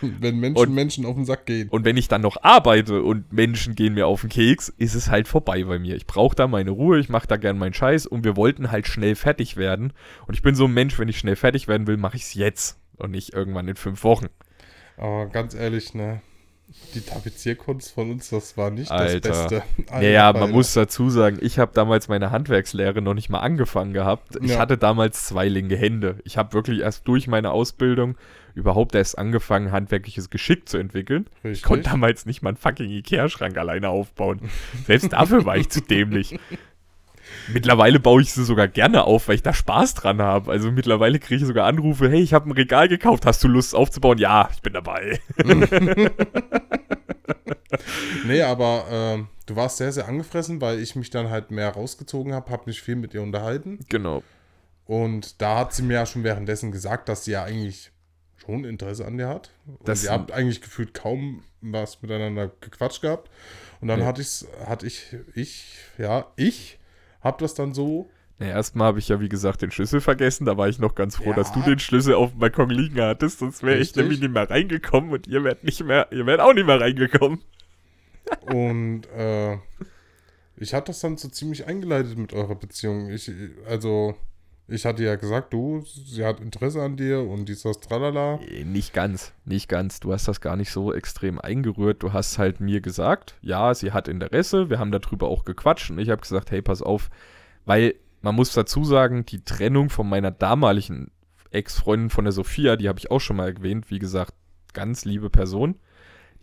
Wenn Menschen Und- Menschen auf den Sack gehen. Und wenn ich dann noch arbeite und Menschen gehen mir auf den Keks, ist es halt vorbei bei mir. Ich brauche da meine Ruhe, ich mache da gern meinen Scheiß und wir wollten halt schnell fertig werden. Und ich bin so ein Mensch, wenn ich schnell fertig werden will, mache ich es jetzt und nicht irgendwann in fünf Wochen. Aber ganz ehrlich, ne? Die Tapezierkunst von uns, das war nicht Alter. das Beste. Naja, Alter. man muss dazu sagen, ich habe damals meine Handwerkslehre noch nicht mal angefangen gehabt. Ich Ja. hatte damals zwei linke Hände. Ich habe wirklich erst durch meine Ausbildung überhaupt erst angefangen, handwerkliches Geschick zu entwickeln. Ich Richtig. konnte damals nicht mal einen fucking Ikea-Schrank alleine aufbauen. Selbst dafür war ich zu dämlich. Mittlerweile baue ich sie sogar gerne auf, weil ich da Spaß dran habe. Also mittlerweile kriege ich sogar Anrufe, hey, ich habe ein Regal gekauft, hast du Lust aufzubauen? Ja, ich bin dabei. Nee, aber ähm, du warst sehr, sehr angefressen, weil ich mich dann halt mehr rausgezogen habe, habe mich viel mit ihr unterhalten. Genau. Und da hat sie mir ja schon währenddessen gesagt, dass sie ja eigentlich schon Interesse an dir hat. Und Das- ihr habt eigentlich gefühlt kaum was miteinander gequatscht gehabt. Und dann Nee. hatte ich's, hatte ich, ich, ja, ich hab das [LAUGHS] dann so. Ja, erstmal habe ich ja, wie gesagt, den Schlüssel vergessen. Da war ich noch ganz froh, Ja. dass du den Schlüssel auf dem Balkon liegen hattest. Sonst wäre ich Richtig. nämlich nicht mehr reingekommen und ihr wärt nicht mehr, ihr wärt auch nicht mehr reingekommen. Und äh, ich hatte das dann so ziemlich eingeleitet mit eurer Beziehung. Ich, also, ich hatte ja gesagt, du, sie hat Interesse an dir und dies, das, tralala. Nee, Äh, Nicht ganz, nicht ganz. Du hast das gar nicht so extrem eingerührt. Du hast halt mir gesagt, ja, sie hat Interesse. Wir haben darüber auch gequatscht und ich habe gesagt, hey, pass auf, weil man muss dazu sagen, die Trennung von meiner damaligen Ex-Freundin von der Sophia, die habe ich auch schon mal erwähnt, wie gesagt, ganz liebe Person,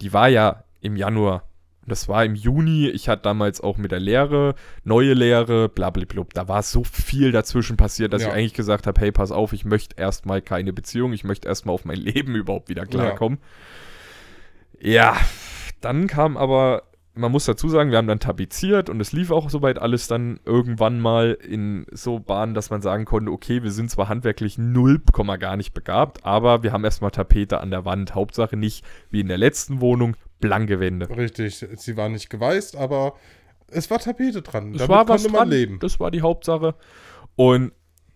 die war ja im Januar. Das war im Juni. Ich hatte damals auch mit der Lehre, neue Lehre, blablabla. Da war so viel dazwischen passiert, dass Ja. ich eigentlich gesagt habe, hey, pass auf, ich möchte erstmal keine Beziehung, ich möchte erstmal auf mein [LAUGHS] Leben überhaupt wieder klarkommen. Ja, dann kam aber, man muss dazu sagen, wir haben dann tapeziert und es lief auch soweit alles dann irgendwann mal in so Bahnen, dass man sagen konnte, okay, wir sind zwar handwerklich null, Komma gar nicht begabt, aber wir haben erstmal Tapete an der Wand. Hauptsache nicht wie in der letzten Wohnung, blanke Wände. Richtig, sie war nicht geweißt, aber Es war Tapete dran. Es war was dran. Das war die Hauptsache. Und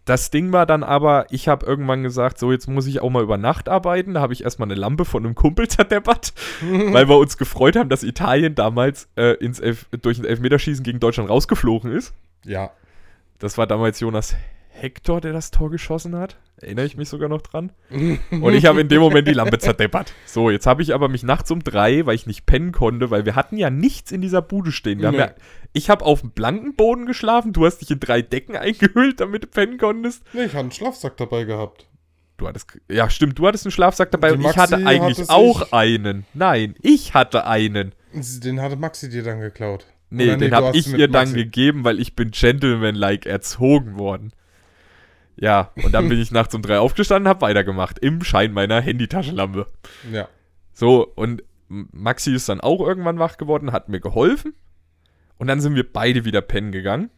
das Ding war dann aber, ich habe irgendwann gesagt, so jetzt muss ich auch mal über Nacht arbeiten. Da habe ich erstmal eine Lampe von einem Kumpel [LAUGHS] zerdeppert, weil wir uns gefreut haben, dass Italien damals äh, ins Elf durch ein Elfmeterschießen gegen Deutschland rausgeflogen ist. Ja. [LAUGHS] Das war damals Jonas Hector, der das Tor geschossen hat. Erinnere ich mich sogar noch dran. Mhm. Und ich habe in dem Moment die Lampe zerdeppert. So, jetzt habe ich aber mich nachts um drei, weil ich nicht pennen konnte, weil wir hatten ja nichts in dieser Bude stehen. Wir haben Nee. ja, ich habe auf dem blanken Boden geschlafen, du hast dich in drei Decken [LAUGHS] eingehüllt, damit du pennen konntest. Nee, ich hatte einen Schlafsack dabei gehabt. Du hattest, ja stimmt, du hattest einen Schlafsack dabei Die und ich Maxi hatte hatte eigentlich sich- auch einen. Nein, ich hatte einen. Den hatte Maxi dir dann geklaut. Nee, Oder den du habe hast ich mit ihr dann Maxi- gegeben, weil ich bin Gentleman-like erzogen worden. Ja, und dann bin ich nachts um drei aufgestanden, habe weitergemacht. Im Schein meiner Handytaschenlampe. Ja. So, und M- Maxi ist dann auch irgendwann wach geworden, hat mir geholfen. Und dann sind wir beide wieder pennen gegangen.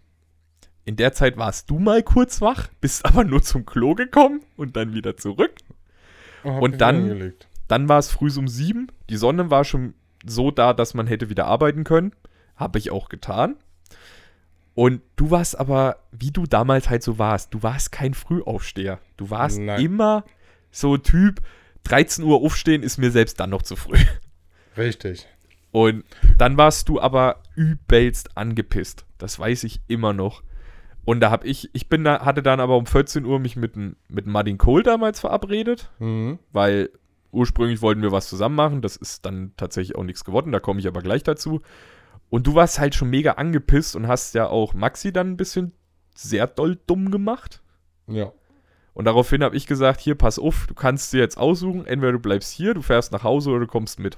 In der Zeit warst du mal kurz wach, bist aber nur zum Klo gekommen und dann wieder zurück. hab Und mich dann- hingelegt. Dann war es früh um sieben. Die Sonne war schon so da, dass man hätte wieder arbeiten können. Habe ich auch getan. Und du warst aber, wie du damals halt so warst, du warst kein Frühaufsteher. Du warst Nein. immer so Typ, 13 Uhr aufstehen ist mir selbst dann noch zu früh. Richtig. Und dann warst du aber übelst angepisst. Das weiß ich immer noch. Und da habe ich, ich bin da, hatte dann aber um 14 Uhr mich mit, n- mit Martin Kohl damals verabredet Mhm. weil ursprünglich wollten wir was zusammen machen. Das ist dann tatsächlich auch nichts geworden. Da komme ich aber gleich dazu. Und du warst halt schon mega angepisst und hast ja auch Maxi dann ein bisschen sehr doll dumm gemacht. Ja. Und daraufhin habe ich gesagt, hier, pass auf, du kannst dir jetzt aussuchen, entweder du bleibst hier, du fährst nach Hause oder du kommst mit.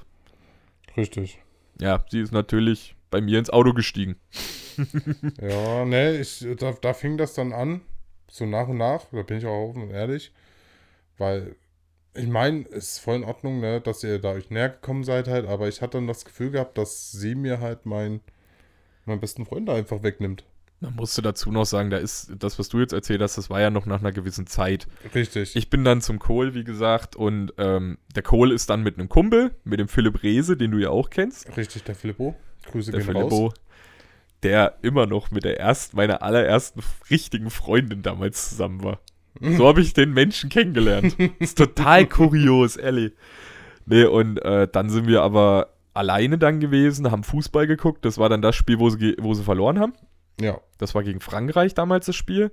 Richtig. Ja, sie ist natürlich bei mir ins Auto gestiegen. Ja, ne, ich, da, da fing das dann an, so nach und nach, da bin ich auch offen und ehrlich, weil ich meine, es ist voll in Ordnung, ne, dass ihr da euch näher gekommen seid halt, aber ich hatte dann das Gefühl gehabt, dass sie mir halt mein, meinen besten Freund da einfach wegnimmt. Man musste dazu noch sagen, da ist das, was du jetzt erzählt hast, das war ja noch nach einer gewissen Zeit. Richtig. Ich bin dann zum Kohl, wie gesagt, und ähm, der Kohl ist dann mit einem Kumpel, mit dem Philipp Rehse, den du ja auch kennst, Richtig, der Filippo. Grüße der gehen raus. Philippo, der immer noch mit der ersten, meiner allerersten richtigen Freundin damals zusammen war. So habe ich den Menschen kennengelernt. ist total kurios, ehrlich. Nee, und äh, dann sind wir aber alleine dann gewesen, haben Fußball geguckt. Das war dann das Spiel, wo sie, ge- wo sie verloren haben. [LAUGHS] Ja, Das war gegen Frankreich damals das Spiel.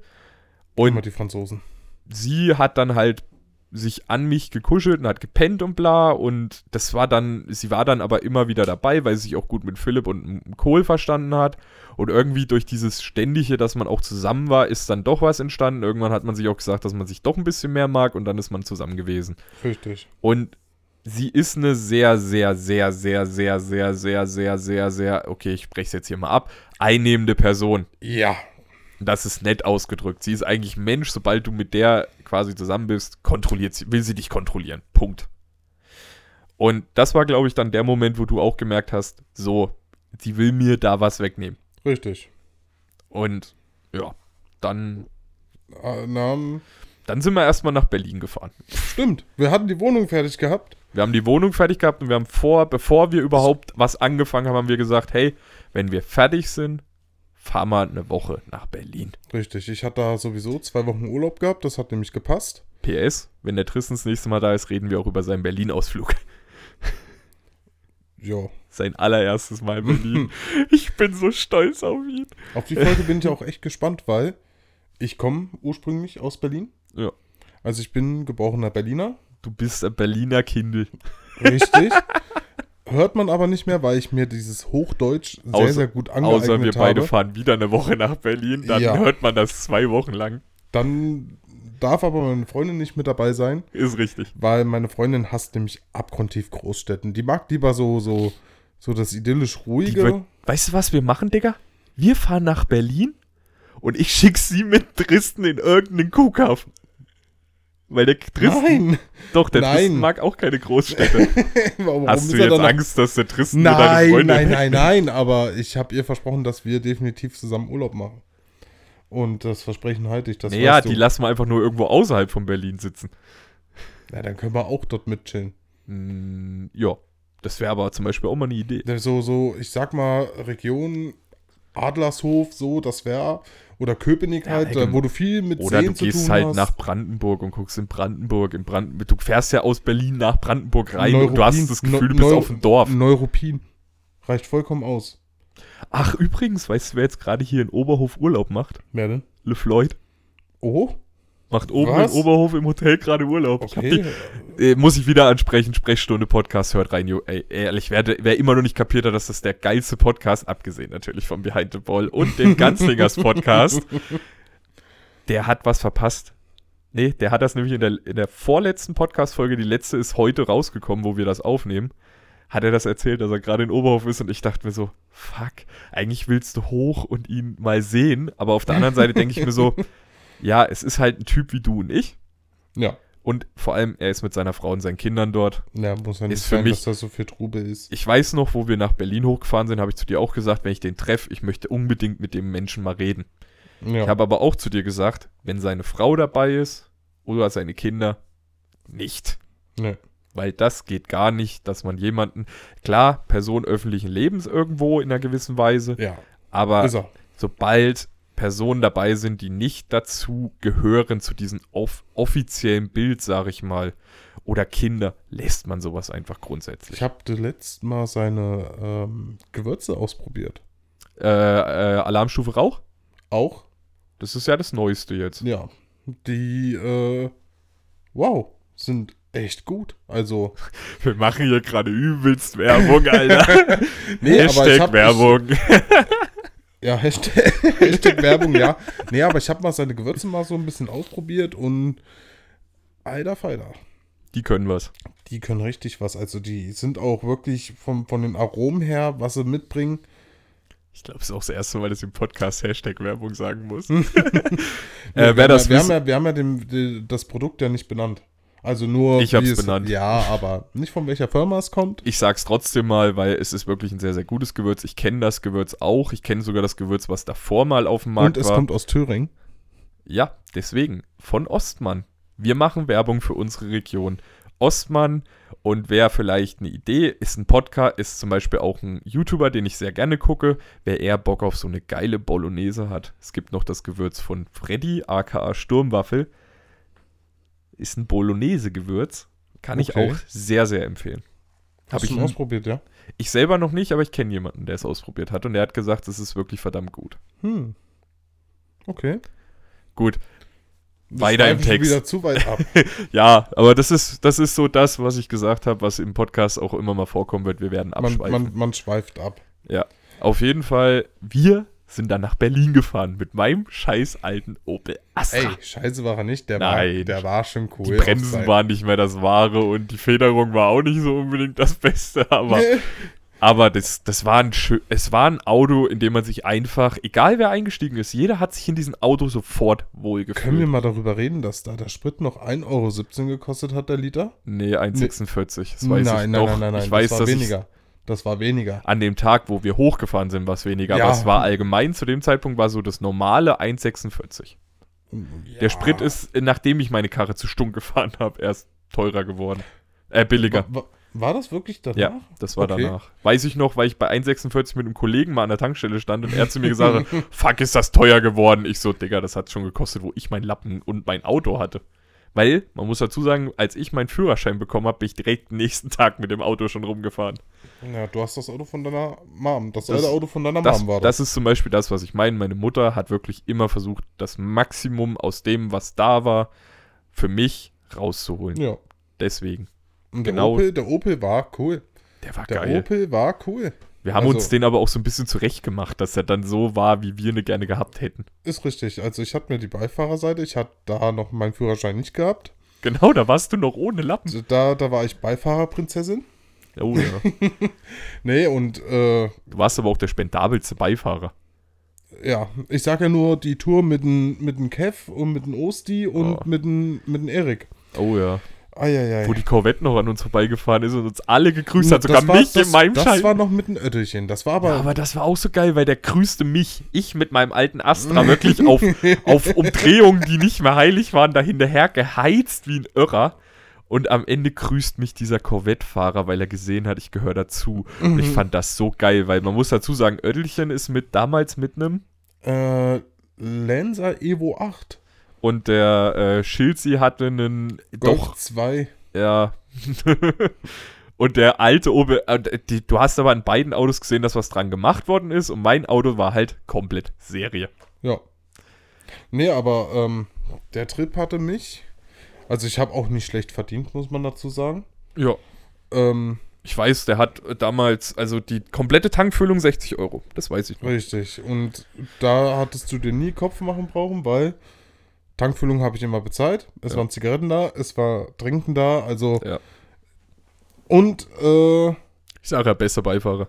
Und immer die Franzosen. sie hat dann halt sich an mich gekuschelt und hat gepennt und bla und das war dann, sie war dann aber immer wieder dabei, weil sie sich auch gut mit Philipp und m- Kohl verstanden hat und irgendwie durch dieses Ständige, dass man auch zusammen war, ist dann doch was entstanden. Irgendwann hat man sich auch gesagt, dass man sich doch ein bisschen mehr mag und dann ist man zusammen gewesen. Richtig. Und sie ist eine sehr, sehr, sehr, sehr, sehr, sehr, sehr, sehr, sehr, sehr, okay, ich spreche es jetzt hier mal ab, einnehmende Person. Ja, Das ist nett ausgedrückt. Sie ist eigentlich ein Mensch, sobald du mit der quasi zusammen bist, kontrolliert sie, will sie dich kontrollieren. Punkt. Und das war, glaube ich, dann der Moment, wo du auch gemerkt hast, so, die will mir da was wegnehmen. richtig. Und ja, dann, Äh, na, dann sind wir erstmal nach Berlin gefahren. stimmt, wir hatten die Wohnung fertig gehabt. Wir haben die Wohnung fertig gehabt und wir haben vor, bevor wir überhaupt was angefangen haben, haben wir gesagt, hey, wenn wir fertig sind, fahren wir eine Woche nach Berlin. Richtig, ich hatte da sowieso zwei Wochen Urlaub gehabt, das hat nämlich gepasst. PS, wenn der Tristan das nächste Mal da ist, reden wir auch über seinen Berlin-Ausflug. Ja. Sein allererstes [LAUGHS] Mal in Berlin. ich bin so stolz auf ihn. Auf die Folge bin ich auch echt gespannt, weil ich komme ursprünglich aus Berlin. Ja. Also ich bin gebrochener Berliner. Du bist ein Berliner Kindel. [LAUGHS] Richtig. Hört man aber nicht mehr, weil ich mir dieses Hochdeutsch sehr, Außer- sehr gut angeeignet Außer wir beide habe. fahren wieder eine Woche nach Berlin, dann Ja. hört man das zwei Wochen lang. Dann darf aber meine Freundin nicht mit dabei sein, Ist richtig. weil meine Freundin hasst nämlich abgrundtief Großstädten. Die mag lieber so, so, so das idyllisch Die wird, ruhige. weißt du, was wir machen, Digga? Wir fahren nach Berlin und ich schick sie mit Tristan in irgendeinen Kuhkaff. Weil der Tristan. Nein! [LAUGHS] Doch, der Tristan Nein. mag auch keine Großstädte. [LAUGHS] Warum Hast ist du er jetzt dann- Angst, dass der Tristan nur deine Nein, Freundin [LAUGHS] nein, nein, nein, aber ich habe ihr versprochen, dass wir definitiv zusammen Urlaub machen. Und das Versprechen halte ich, das Naja, weißt du. die lassen wir einfach nur irgendwo außerhalb von Berlin sitzen. Ja, dann können wir auch dort mitchillen. Hm, Mm, ja, das wäre aber zum Beispiel auch mal eine ne Idee. So, so, ich sag mal, Region Adlershof, so, das wäre, oder Köpenick Ja, halt, ey, du- wo du viel mit Oder du Seen zu gehst tun halt hast. nach Brandenburg und guckst in Brandenburg, in Brandenburg. Du fährst ja aus Berlin nach Brandenburg rein und du hast das Neuruppin, Gefühl, du Neu- bist auf dem Dorf. Neuruppin. Reicht vollkommen aus. Ach, übrigens, weißt du, wer jetzt gerade hier in Oberhof Urlaub macht? Wer denn? Le Floyd. Oh, Macht oben Was? in Oberhof im Hotel gerade Urlaub. Ich hab okay. die, äh, muss ich wieder ansprechen, Sprechstunde Podcast, hört rein, jo. Ey, ehrlich, wer, wer immer noch nicht kapiert hat, dass das der geilste Podcast, abgesehen natürlich vom Behind the Ball und dem Ganzlingers Podcast, der hat was verpasst. Nee, der hat das nämlich in der, in der vorletzten Podcast-Folge, die letzte ist heute rausgekommen, wo wir das aufnehmen, hat er das erzählt, dass er gerade in Oberhof ist und ich dachte mir so, fuck, eigentlich willst du hoch und ihn mal sehen, aber auf der anderen Seite denke ich mir so, ja, es ist halt ein Typ wie du und ich. Ja. Und vor allem, er ist mit seiner Frau und seinen Kindern dort. ja, muss ja nicht Ist für sein, mich- dass da so viel Trubel ist. Ich weiß noch, wo wir nach Berlin hochgefahren sind, habe ich zu dir auch gesagt, wenn ich den treffe, ich möchte unbedingt mit dem Menschen mal reden. Ja. Ich habe aber auch zu dir gesagt, wenn seine Frau dabei ist oder seine Kinder, nicht. Nee. Weil das geht gar nicht, dass man jemanden, klar, Person öffentlichen Lebens irgendwo in einer gewissen Weise, ja, aber ist er. sobald Personen dabei sind, die nicht dazu gehören, zu diesem off offiziellen Bild, sage ich mal, oder Kinder, lässt man sowas einfach grundsätzlich. Ich habe das letzte Mal seine ähm, Gewürze ausprobiert. Äh, äh, Alarmstufe Rauch? Auch? Das ist ja das Neueste jetzt. Ja. Die, äh, wow, sind echt gut. Also, Wir machen hier gerade übelst Werbung, [LAUGHS] Alter. hab- Ja, [LAUGHS] Hashtag, Hashtag Werbung, ja. Nee, aber ich habe mal seine Gewürze mal so ein bisschen ausprobiert und alter Falter, Die können was. die können richtig was. Also die sind auch wirklich vom, von den Aromen her, was sie mitbringen. Ich glaube, es ist auch das erste Mal, dass ich im Podcast Hashtag Werbung sagen [LAUGHS] muss. Wir äh, wer haben das ja, wir wissen, haben ja, wir haben ja den, den, das Produkt ja nicht benannt. Also nur. Ich hab's wie es- benannt. Ja, aber nicht von welcher Firma es kommt. ich sag's trotzdem mal, weil es ist wirklich ein sehr, sehr gutes Gewürz. Ich kenne das Gewürz auch. Ich kenne sogar das Gewürz, was davor mal auf dem Markt und es war. kommt aus Thüringen. Ja, deswegen. Von Ostmann. Wir machen Werbung für unsere Region. Ostmann und wer vielleicht eine Idee, ist ein Podcast, ist zum Beispiel auch ein YouTuber, den ich sehr gerne gucke, wer eher Bock auf so eine geile Bolognese hat. Es gibt noch das Gewürz von Freddy, aka Sturmwaffel. Ist ein Bolognese-Gewürz. Kann ich Okay. auch sehr, sehr empfehlen. Hab Hast ich, du ihn ausprobiert, ja? ich selber noch nicht, aber ich kenne jemanden, der es ausprobiert hat und der hat gesagt, es ist wirklich verdammt gut. Hm. Okay. Gut, Wir Weiter im schweifen schon Text. wieder zu [LAUGHS] weit ab. Ja, aber das ist, das ist so das, was ich gesagt habe, was im Podcast auch immer mal vorkommen wird. Wir werden Man, abschweifen. man, man schweift ab. Auf jeden Fall, wir sind dann nach Berlin gefahren mit meinem scheiß alten Opel Astra. Ey, scheiße war er nicht. Der, War, Nein. der war schon cool. die auf Bremsen sein- waren nicht mehr das Wahre und die Federung war auch nicht so unbedingt das Beste, [LAUGHS] aber, aber das, das war ein schön, es war ein Auto, in dem man sich einfach, egal wer eingestiegen ist, jeder hat sich in diesem Auto sofort Können wir wohlgefühlt. mal darüber reden, dass da der Sprit noch 1,17 Euro gekostet hat, der Liter? Nee, 1,46, das weiß ich nein, noch. nein, nein, nein, ich weiß, das war dass ich weniger. Das war weniger. an dem Tag, wo wir hochgefahren sind, war es weniger. Ja. Aber es war allgemein zu dem Zeitpunkt war so das normale 1,46. Der Sprit ist, äh, nachdem ich meine Karre zu Stunk gefahren [LAUGHS] habe, erst teurer geworden. Äh, billiger. Wa- wa- War das wirklich danach? Ja, das war Okay. danach. Weiß ich noch, weil ich bei 1,46 mit einem Kollegen mal an der Tankstelle stand und er zu mir gesagt [LAUGHS] hat, fuck, ist das teuer geworden. Ich so, Digga, das hat schon gekostet, wo ich meinen Lappen und mein Auto hatte. Weil, man muss dazu sagen, als ich meinen Führerschein bekommen habe, bin ich direkt den nächsten Tag mit dem Auto schon rumgefahren. Ja, du hast das Auto von deiner Mom. Das, Das- alte Auto von deiner das, Mom war das ist zum Beispiel das, was ich meine. Meine Mutter hat wirklich immer versucht, das Maximum aus dem, was da war, für mich rauszuholen. Ja. Deswegen. Und der, Genau. Opel, der Opel war cool. Der war Der geil. Opel war cool. wir haben also- uns den aber auch so ein bisschen zurecht gemacht, dass er dann so war, wie wir ihn gerne gehabt hätten. Ist richtig. Also ich hatte mir die Beifahrerseite, ich hatte da noch meinen Führerschein nicht gehabt. Also Genau, da warst du noch ohne Lappen. Da, da war ich Beifahrerprinzessin. Oh, ja. Nee, und äh, Du warst aber auch der spendabelste Beifahrer. Ja, ich sag ja nur die Tour mit dem mit dem Kev und mit dem Osti und Oh. mit dem mit dem Erik. Oh ja. Eieiei. Wo die Corvette noch an uns vorbeigefahren ist und uns alle gegrüßt hat, Hm, Das sogar war- mich das, in meinem Das Schein. war noch mit dem Öttelchen. Das war aber, Ja, aber das war auch so geil, weil der grüßte mich, ich mit meinem alten Hm. Astra, wirklich [LAUGHS] auf, auf Umdrehungen, die nicht mehr heilig waren, da hinterher geheizt wie ein Irrer. Und am Ende grüßt mich dieser Corvette-Fahrer, weil er gesehen hat, ich gehöre dazu. Und Mhm. ich fand das so geil, weil man muss dazu sagen, Oettelchen ist mit damals mit einem Äh, Lancer Evo 8. und der äh, Schilzi hatte einen Golf doch 2. Ja. [LAUGHS] und der alte Opel, äh, die, du hast aber an beiden Autos gesehen, dass was dran gemacht worden ist und mein Auto war halt komplett Serie. Ja. Nee, aber ähm, der Trip hatte mich. Also ich habe auch nicht schlecht verdient, muss man dazu sagen. Ja. Ähm, Ich weiß, der hat damals, also die komplette Tankfüllung 60 Euro. Das weiß ich noch. richtig. Und da hattest du dir nie Kopf machen brauchen, weil Tankfüllung habe ich immer bezahlt. Es Ja. waren Zigaretten da, es war Trinken da, also. Ja. Und äh, Ich sage ja, besser Beifahrer.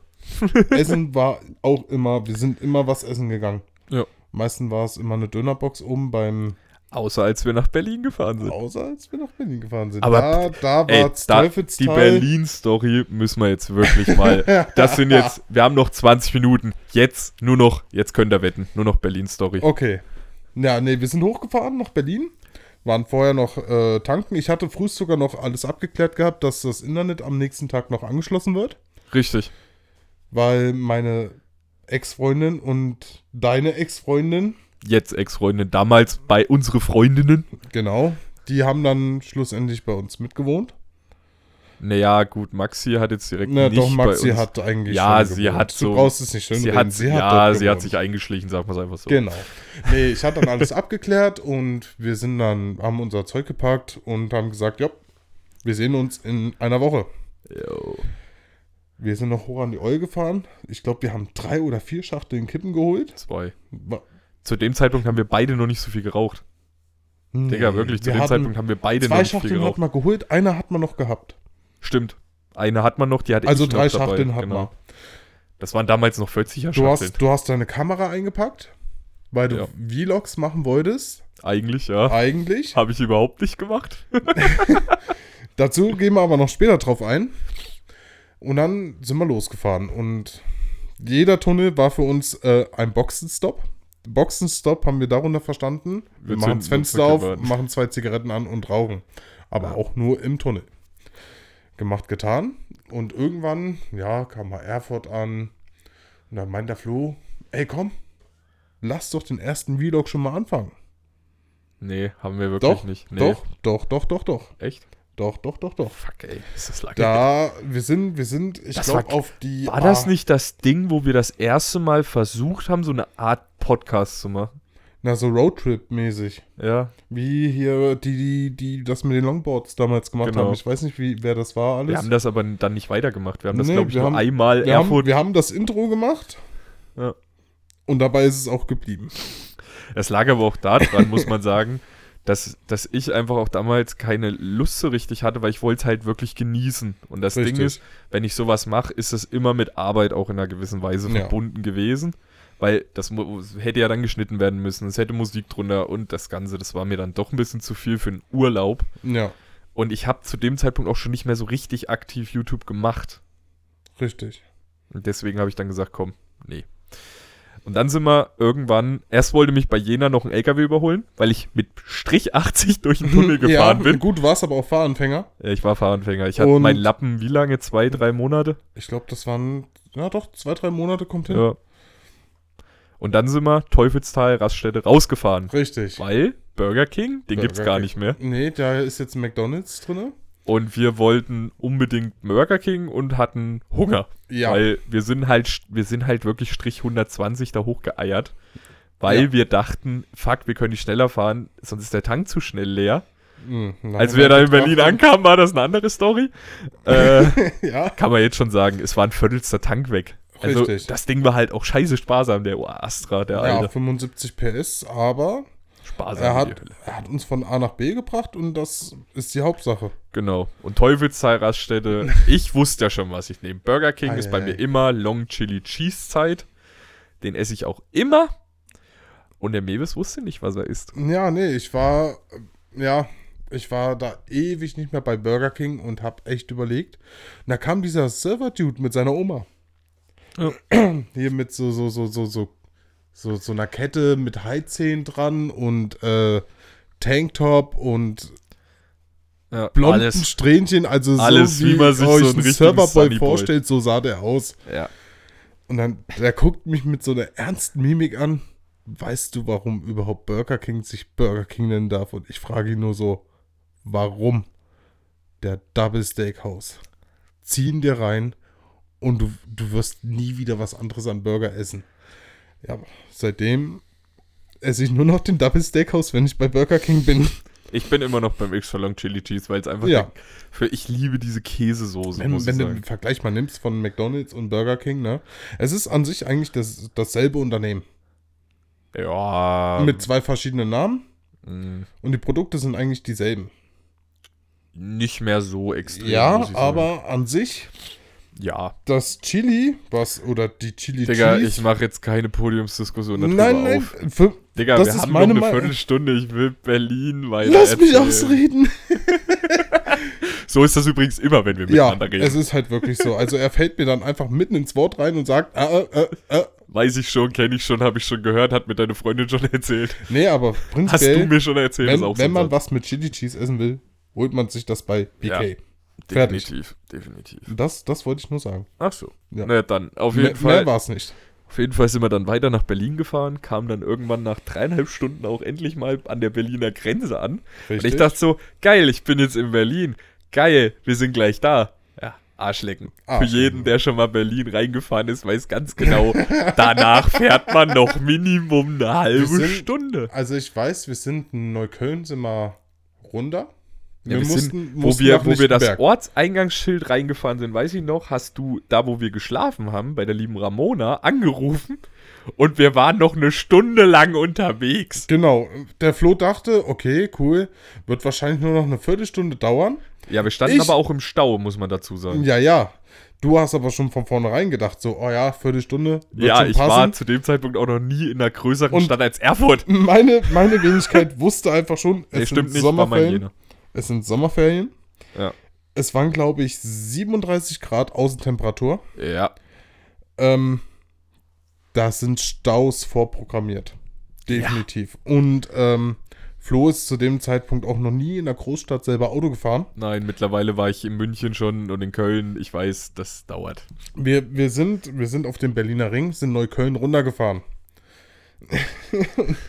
Essen war auch immer, wir sind immer was essen gegangen. Ja. Meistens war es immer eine Dönerbox oben beim Außer als wir nach Berlin gefahren sind. Außer als wir nach Berlin gefahren sind. Aber da, da Ey, war's da, die Teufelstal. Berlin-Story müssen wir jetzt wirklich [LAUGHS] mal. Das sind jetzt, wir haben noch 20 Minuten. Jetzt nur noch, jetzt könnt ihr wetten, nur noch Berlin-Story. Okay. Ja, nee, wir sind hochgefahren nach Berlin. Waren vorher noch äh, tanken. Ich hatte früh sogar noch alles abgeklärt gehabt, dass das Internet am nächsten Tag noch angeschlossen wird. Richtig. Weil meine Ex-Freundin und deine Ex-Freundin, Jetzt Ex-Freundin, damals bei unsere Freundinnen. genau, die haben dann schlussendlich bei uns mitgewohnt. Naja, gut, Maxi hat jetzt direkt Na nicht doch, Maxi bei uns, hat eigentlich. Ja, schon sie gewohnt. hat so- Du brauchst es nicht schön sie reden. hat, Ja, dort sie hat gewohnt. sich eingeschlichen, sagen wir es einfach so. Genau. Nee, ich hatte dann alles abgeklärt und wir sind dann, haben unser Zeug gepackt und haben gesagt, ja, wir sehen uns in einer Woche. Jo. Wir sind noch hoch an die Eul gefahren. Ich glaube, wir haben drei oder vier Schachteln Kippen geholt. Zwei. Wa- Zu dem Zeitpunkt haben wir beide noch nicht so viel geraucht. Nee, Digga, wirklich, zu wir dem hatten- Zeitpunkt haben wir beide noch Zwei nicht viel Schachteln hat geraucht. man geholt, eine hat man noch gehabt. Stimmt. Eine hat man noch, die hatte Also ich noch drei dabei. Genau. Schachteln hat man. Das waren damals noch 40er Du Schachteln. hast, du hast deine Kamera eingepackt, weil du Ja. Vlogs machen wolltest, Eigentlich, Ah. ja. eigentlich. Habe ich überhaupt nicht gemacht. [LAUGHS] Dazu gehen wir aber noch später drauf ein. Und dann sind wir losgefahren. Und jeder Tunnel war für uns äh, ein Boxenstopp. Boxenstopp haben wir darunter verstanden. Wir, Wir machen das zünden uns Fenster auf, Zigaretten. machen zwei Zigaretten an und rauchen. Aber auch nur im Tunnel. Gemacht, getan. Und irgendwann, ja, kam mal Erfurt an. Und dann meint der Flo, ey komm, lass doch den ersten Vlog schon mal anfangen. Nee, haben wir wirklich Doch, nicht. Nee. doch, doch, doch, doch, doch. Echt? Doch, doch, doch, doch. Fuck, ey. Ist das lange. [LAUGHS] Da, wir sind, wir sind, ich Das glaube, war- auf die. War das A- nicht das Ding, wo wir das erste Mal versucht haben, so eine Art Podcast zu machen? Na, so Roadtrip-mäßig. Ja. Wie hier, die, die, die das mit den Longboards damals gemacht Genau. haben. Ich weiß nicht, wie, wer das war Wir alles. haben das aber dann nicht weitergemacht. Wir haben das, Nee, glaube ich, wir nur haben- einmal wir, haben, Erfurt. wir haben das Intro gemacht. Ja. Und dabei ist es auch geblieben. Es lag aber auch daran, muss man sagen, [LAUGHS] dass, dass ich einfach auch damals keine Lust so richtig hatte, weil ich wollte es halt wirklich genießen. Und das Ding Richtig. ist, wenn ich sowas mache, ist es immer mit Arbeit auch in einer gewissen Weise Ja. verbunden gewesen. Weil das mu- hätte ja dann geschnitten werden müssen. Es hätte Musik drunter und das Ganze. Das war mir dann doch ein bisschen zu viel für einen Urlaub. Ja, Und ich habe zu dem Zeitpunkt auch schon nicht mehr so richtig aktiv YouTube gemacht. richtig. Und deswegen habe ich dann gesagt, komm, nee. Und dann sind wir irgendwann, erst wollte mich bei Jena noch ein LKW überholen, weil ich mit Strich 80 durch [LAUGHS] den Tunnel gefahren ja, bin. Gut, war es aber auch Fahranfänger. Äh, Ich war Fahranfänger. Ich hatte Und- meinen Lappen wie lange? Zwei, drei Monate? Ich glaube, das waren, ja doch, zwei, drei Monate kommt hin. Ja. Und dann sind wir Teufelstal, Raststätte rausgefahren. Richtig. Weil Burger King, den Burger gibt's gar King. nicht mehr. Nee, da ist jetzt ein McDonalds drin. Und wir wollten unbedingt Burger King und hatten Hunger. Ja. Weil wir sind halt, wir sind halt wirklich Strich 120 da hochgeeiert. Weil Ja. wir dachten, fuck, wir können nicht schneller fahren, sonst ist der Tank zu schnell leer. Hm, nein, Als wir dann in Berlin betrachten- ankamen, war das eine andere [LAUGHS] Story. Äh, [LAUGHS] Ja, kann man jetzt schon sagen, es war ein viertelster Tank weg. Also Richtig. das Ding war halt auch scheiße sparsam, der Astra, der ja, alte. 75 PS, Also aber Sparsam. Er wie hat, die Hölle. er hat uns von A nach B gebracht und das ist die Hauptsache. Genau. Und Teufelszahl [LAUGHS] Raststätte. Ich wusste ja schon, was ich nehme. Burger King ist bei Eieiei. mir immer Long Chili Cheese Zeit. Den esse ich auch immer. Und der Mewis wusste nicht, was er isst. Ja, nee, ich war, äh, ja, ich war da ewig nicht mehr bei Burger King und hab echt überlegt. Und da kam dieser Server-Dude mit seiner Oma. Ja. [CLEARS THROAT] Hier mit so, so, so, so, so, so, so einer Kette mit Heizähnen dran und äh, Tanktop und Ja, blonden Alles. Strähnchen, also Alles, so wie man sich so euch einen richtigen Serverboy Sunnyboy- vorstellt, so sah der aus. Ja. Und dann, der guckt mich mit so einer ernsten Mimik an. Weißt du, warum überhaupt Burger King sich Burger King nennen darf? Und ich frage ihn nur so, warum? Der Double Steakhouse. Ziehen dir rein und du, du wirst nie wieder was anderes an Burger essen. Ja, seitdem esse ich nur noch den Double Steakhouse, wenn ich bei Burger [LAUGHS] King bin. Ich bin immer noch beim extra long Chili Cheese, weil es einfach Ja. für ich liebe diese Käsesoße, Wenn, muss wenn ich du den sagen. Vergleich mal nimmst von McDonalds und Burger King, ne? Es ist an sich eigentlich das, dasselbe Unternehmen. Ja. mm, mit zwei verschiedenen Namen mh, und die Produkte sind eigentlich dieselben. nicht mehr so extrem. muss ja, ich aber an sich, Sagen. Ja. das Chili, was, oder die Chili Digga, ich Cheese. mache jetzt keine Podiumsdiskussion darüber nein, nein, auf. für, Digga, das wir ist haben meine noch eine Meinung. Viertelstunde. Ich will Berlin weiter. lass mich erzählen. ausreden. So ist das übrigens immer, wenn wir Ja, miteinander es reden. ist halt wirklich so. Also er fällt mir dann einfach mitten ins Wort rein und sagt, äh, äh, äh, äh. Weiß ich schon, kenne ich schon, habe ich schon gehört, hat mir deine Freundin schon [LAUGHS] erzählt. Nee, aber Hast du prinzipiell, mir schon erzählt, wenn, ist auch so wenn ein man Satz. was mit Chili Cheese essen will, holt man sich das bei BK. Ja. fertig. Definitiv, definitiv. Das, das wollte ich nur sagen. Ach so. Ja. Na dann, auf jeden Mehr, Fall. mehr war es nicht. Auf jeden Fall sind wir dann weiter nach Berlin gefahren, kamen dann irgendwann nach dreieinhalb Stunden auch endlich mal an der Berliner Grenze an. Und ich Richtig. dachte so, geil, ich bin jetzt in Berlin. Geil, wir sind gleich da. Ja, Arschlecken. Arschlecken. Für jeden, der schon mal Berlin reingefahren ist, weiß ganz [LAUGHS] genau, danach fährt man noch Minimum eine halbe sind- Stunde. Also ich weiß, wir sind in Neukölln sind wir runter. Ja, wir sind, wo wir, nach wo wir das Lichtenberg. Ortseingangsschild reingefahren sind, weiß ich noch, hast du da, wo wir geschlafen haben, bei der lieben Ramona, angerufen und wir waren noch eine Stunde lang unterwegs. Genau, der Flo dachte, okay, cool, wird wahrscheinlich nur noch eine Viertelstunde dauern. Ja, wir standen Ich- aber auch im Stau, muss man dazu sagen. Ja, ja. Du hast aber schon von vornherein gedacht, so, oh ja, Viertelstunde wird Ja, schon ich war zu dem Zeitpunkt auch noch nie in einer größeren Und- Stadt als Erfurt. Meine, meine Wenigkeit [LAUGHS] wusste einfach schon, es Nee, stimmt nicht, sind war mein Sommerferien. Jena. Es sind Sommerferien. Ja. Es waren, glaube ich, 37 Grad Außentemperatur. Ja, Ähm, da sind Staus vorprogrammiert. Definitiv. Und ähm, Flo ist zu dem Zeitpunkt auch noch nie in der Großstadt selber Auto gefahren. nein, mittlerweile war ich in München schon und in Köln. Ich weiß, das dauert. Wir, wir, sind, wir sind auf dem Berliner Ring, sind Neukölln runtergefahren. [LAUGHS]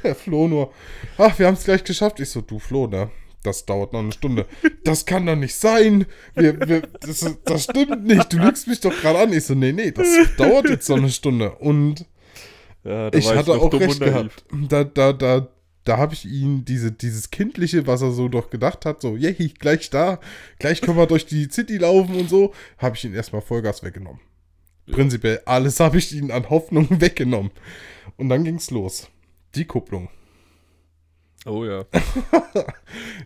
Der Flo nur, ach, wir haben es gleich geschafft. Ich so, du Flo, ne? Das dauert noch eine Stunde. [LAUGHS] Das kann doch nicht sein. Wir, wir, das, ist- das stimmt nicht. Du lügst mich doch gerade an. Ich so, nee, nee, das dauert jetzt noch eine Stunde. Und Ja, da ich war hatte noch auch dumm recht und naiv. gehabt. Da, da, da, da habe ich ihn diese, dieses Kindliche, was er so doch gedacht hat, so, yay, gleich da, gleich können wir durch die City laufen und so, habe ich ihn erstmal Vollgas weggenommen. Prinzipiell alles habe ich ihn an Hoffnung [LAUGHS] weggenommen. Und dann ging's los. Die Kupplung. Oh ja.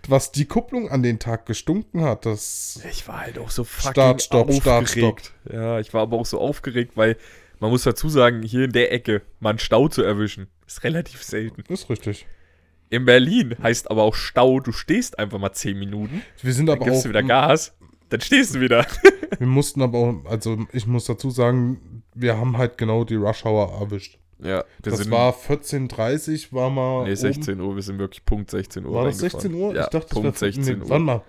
Was die Kupplung an den Tag gestunken hat, das. Ich war halt auch so fucking Start, Stopp, aufgeregt. Start, Ja, ich war aber auch so aufgeregt, weil man muss dazu sagen, hier in der Ecke mal einen Stau zu erwischen, ist relativ selten. Ist richtig. In Berlin heißt aber auch Stau, du stehst einfach mal 10 Minuten, Wir sind aber gibst auch. du wieder Gas, dann stehst du wieder. Wir mussten aber auch. Also, ich muss dazu sagen, wir haben halt genau die Rush Hour erwischt. Ja, wir Das sind war 14.30 war mal. nee, oben. 16 Uhr, wir sind wirklich Punkt 16 Uhr War das reingefahren. 16 Uhr? Ja, ich dachte, Punkt das wär- 16 nee, Uhr. Warte mal.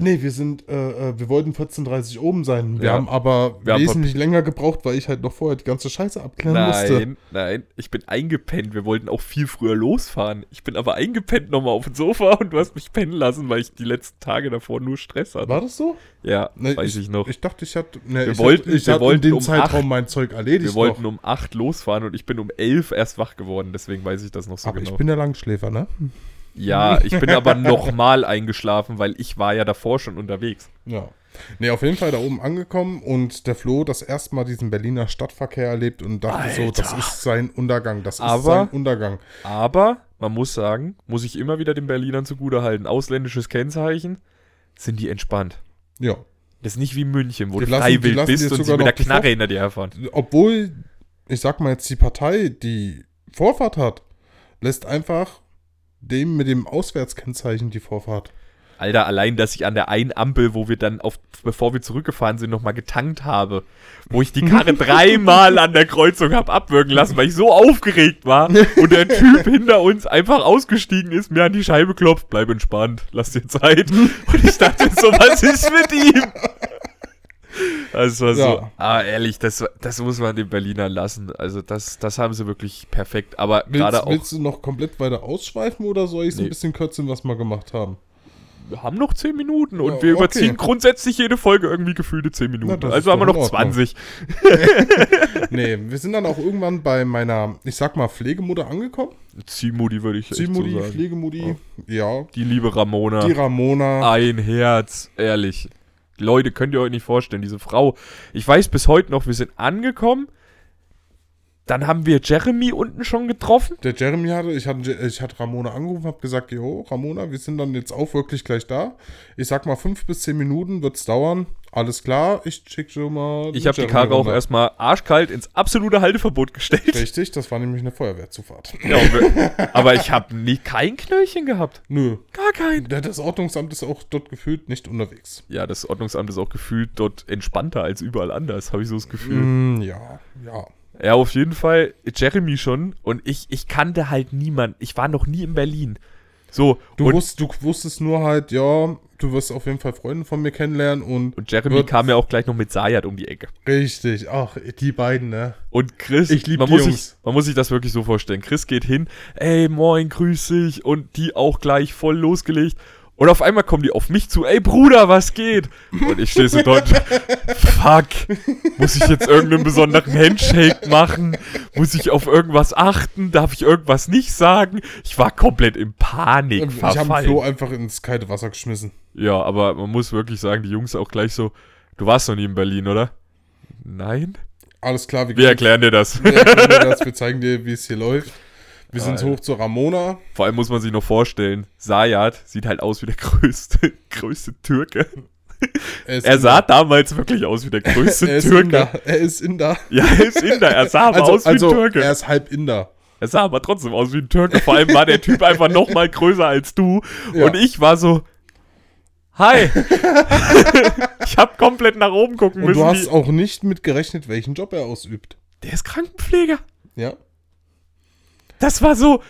Nee, wir sind, äh, äh, wir wollten 14.30 Uhr oben sein. Wir Ja. haben aber Wir haben wesentlich länger gebraucht, weil ich halt noch vorher die ganze Scheiße abklären musste. Nein, nein, ich bin eingepennt. Wir wollten auch viel früher losfahren. Ich bin aber eingepennt nochmal auf dem Sofa und du hast mich pennen lassen, weil ich die letzten Tage davor nur Stress hatte. War das so? Ja, Nee, weiß ich, noch. Ne, Ich dachte, ich hatte. Nee, Wir ich wollten- hatte, ich wir hatte wollten in dem um Zeitraum acht. mein Zeug wir erledigt. wollten noch. um 8 losfahren und ich bin um 11 erst wach geworden, deswegen weiß ich das noch so aber genau. ich bin der Langschläfer, ne? [LAUGHS] ja, ich bin aber nochmal eingeschlafen, weil ich war ja davor schon unterwegs. Ja. Nee, auf jeden Fall da oben angekommen und der Flo das erste Mal diesen Berliner Stadtverkehr erlebt und dachte so, das ist sein Untergang. Das ist Aber- sein Untergang. Aber man muss sagen, muss ich immer wieder den Berlinern zugutehalten, ausländisches Kennzeichen, sind die entspannt. Ja. Das ist nicht wie München, wo Die du lassen- die freiwillig lassen dir bist und sie sogar mit der noch die Knarre Vor- hinter dir herfahren. obwohl, ich sag mal jetzt, die Partei, die Vorfahrt hat, lässt einfach dem mit dem Auswärtskennzeichen die Vorfahrt. Alter, allein, dass ich an der einen Ampel, wo wir dann auf, bevor wir zurückgefahren sind, nochmal getankt habe, wo ich die [LAUGHS] Karre dreimal an der Kreuzung habe abwürgen lassen, weil ich so aufgeregt [LAUGHS] war und der Typ hinter uns einfach ausgestiegen ist, mir an die Scheibe klopft, bleib entspannt, lass dir [LAUGHS] Zeit. Und ich dachte so, was ist mit ihm? Das war so, Ja. ah, ehrlich, das, das muss man den Berlinern lassen. Also, das, das haben sie wirklich perfekt. Aber gerade Willst, auch, willst du noch komplett weiter ausschweifen oder soll ich es Nee. ein bisschen kürzen, was wir gemacht haben? wir haben noch 10 Minuten und Ja, wir okay. überziehen grundsätzlich jede Folge irgendwie gefühlte 10 Minuten. das ist also haben wir doch in noch Ordnung. 20. nee, wir sind dann auch irgendwann bei meiner, ich sag mal, Pflegemutter angekommen. Ziehmudi würde ich echt Simudi, so sagen. Pflegemutti, ja. Die liebe Ramona. Die Ramona. Ein Herz, ehrlich. Leute, könnt ihr euch nicht vorstellen, diese Frau. Ich weiß bis heute noch, wir sind angekommen. Dann haben wir Jeremy unten schon getroffen. Der Jeremy hatte, ich hatte, ich hatte Ramona angerufen, habe gesagt, jo, Ramona, wir sind dann jetzt auch wirklich gleich da. Ich sag mal, fünf bis zehn Minuten wird's dauern. Alles klar, ich schick schon mal. Ich den habe die Jeremy Karre auch runter. erstmal arschkalt ins absolute Halteverbot gestellt. Richtig, das war nämlich eine Feuerwehrzufahrt. [LAUGHS] Ja, und wir- [LAUGHS] aber ich habe nie kein Knöllchen gehabt. Nö. Gar kein. Der- Das Ordnungsamt ist auch dort gefühlt nicht unterwegs. Ja, das Ordnungsamt ist auch gefühlt dort entspannter als überall anders, habe ich so das Gefühl. Mm, ja, ja. Ja, auf jeden Fall Jeremy schon. Und ich, ich kannte halt niemanden. Ich war noch nie in Berlin. So, Du, und, wusst, du wusstest nur halt, ja, du wirst auf jeden Fall Freunde von mir kennenlernen und. und Jeremy wird- kam ja auch gleich noch mit Sayat um die Ecke. Richtig, ach, die beiden, ne? Und Chris, Ich lieb man, die muss sich, Jungs. man muss sich das wirklich so vorstellen. Chris geht hin, ey, moin, grüß dich. Und die auch gleich voll losgelegt. Und auf einmal kommen die auf mich zu, ey Bruder, was geht? Und ich stehe so dort, fuck, muss ich jetzt irgendeinen besonderen Handshake machen? Muss ich auf irgendwas achten? Darf ich irgendwas nicht sagen? Ich war komplett in Panik Ich habe Flo verfallen. einfach ins kalte Wasser geschmissen. Ja, aber man muss wirklich sagen, die Jungs auch gleich so, du warst noch nie in Berlin, oder? Nein? Alles klar, wir, Wir erklären dir das. wir erklären dir das, wir zeigen dir, wie es hier läuft. Wir sind Geil. hoch zu Ramona. Vor allem muss man sich noch vorstellen, Sayat sieht halt aus wie der [LAUGHS] größte, größte Türke. ist Er Inder. sah damals wirklich aus wie der größte [LAUGHS] er ist Türke. Inder. Er ist Inder. Ja, er ist Inder. Er sah aber Also, aus wie ein also Türke. er ist halb Inder. Er sah aber trotzdem aus wie ein Türke. Vor allem war der Typ einfach noch mal größer als du. Ja. Und ich war so, [LAUGHS] hi. ich hab komplett nach oben gucken Und müssen. du hast wie, auch nicht mit gerechnet, welchen Job er ausübt. der ist Krankenpfleger. Ja. Das war so,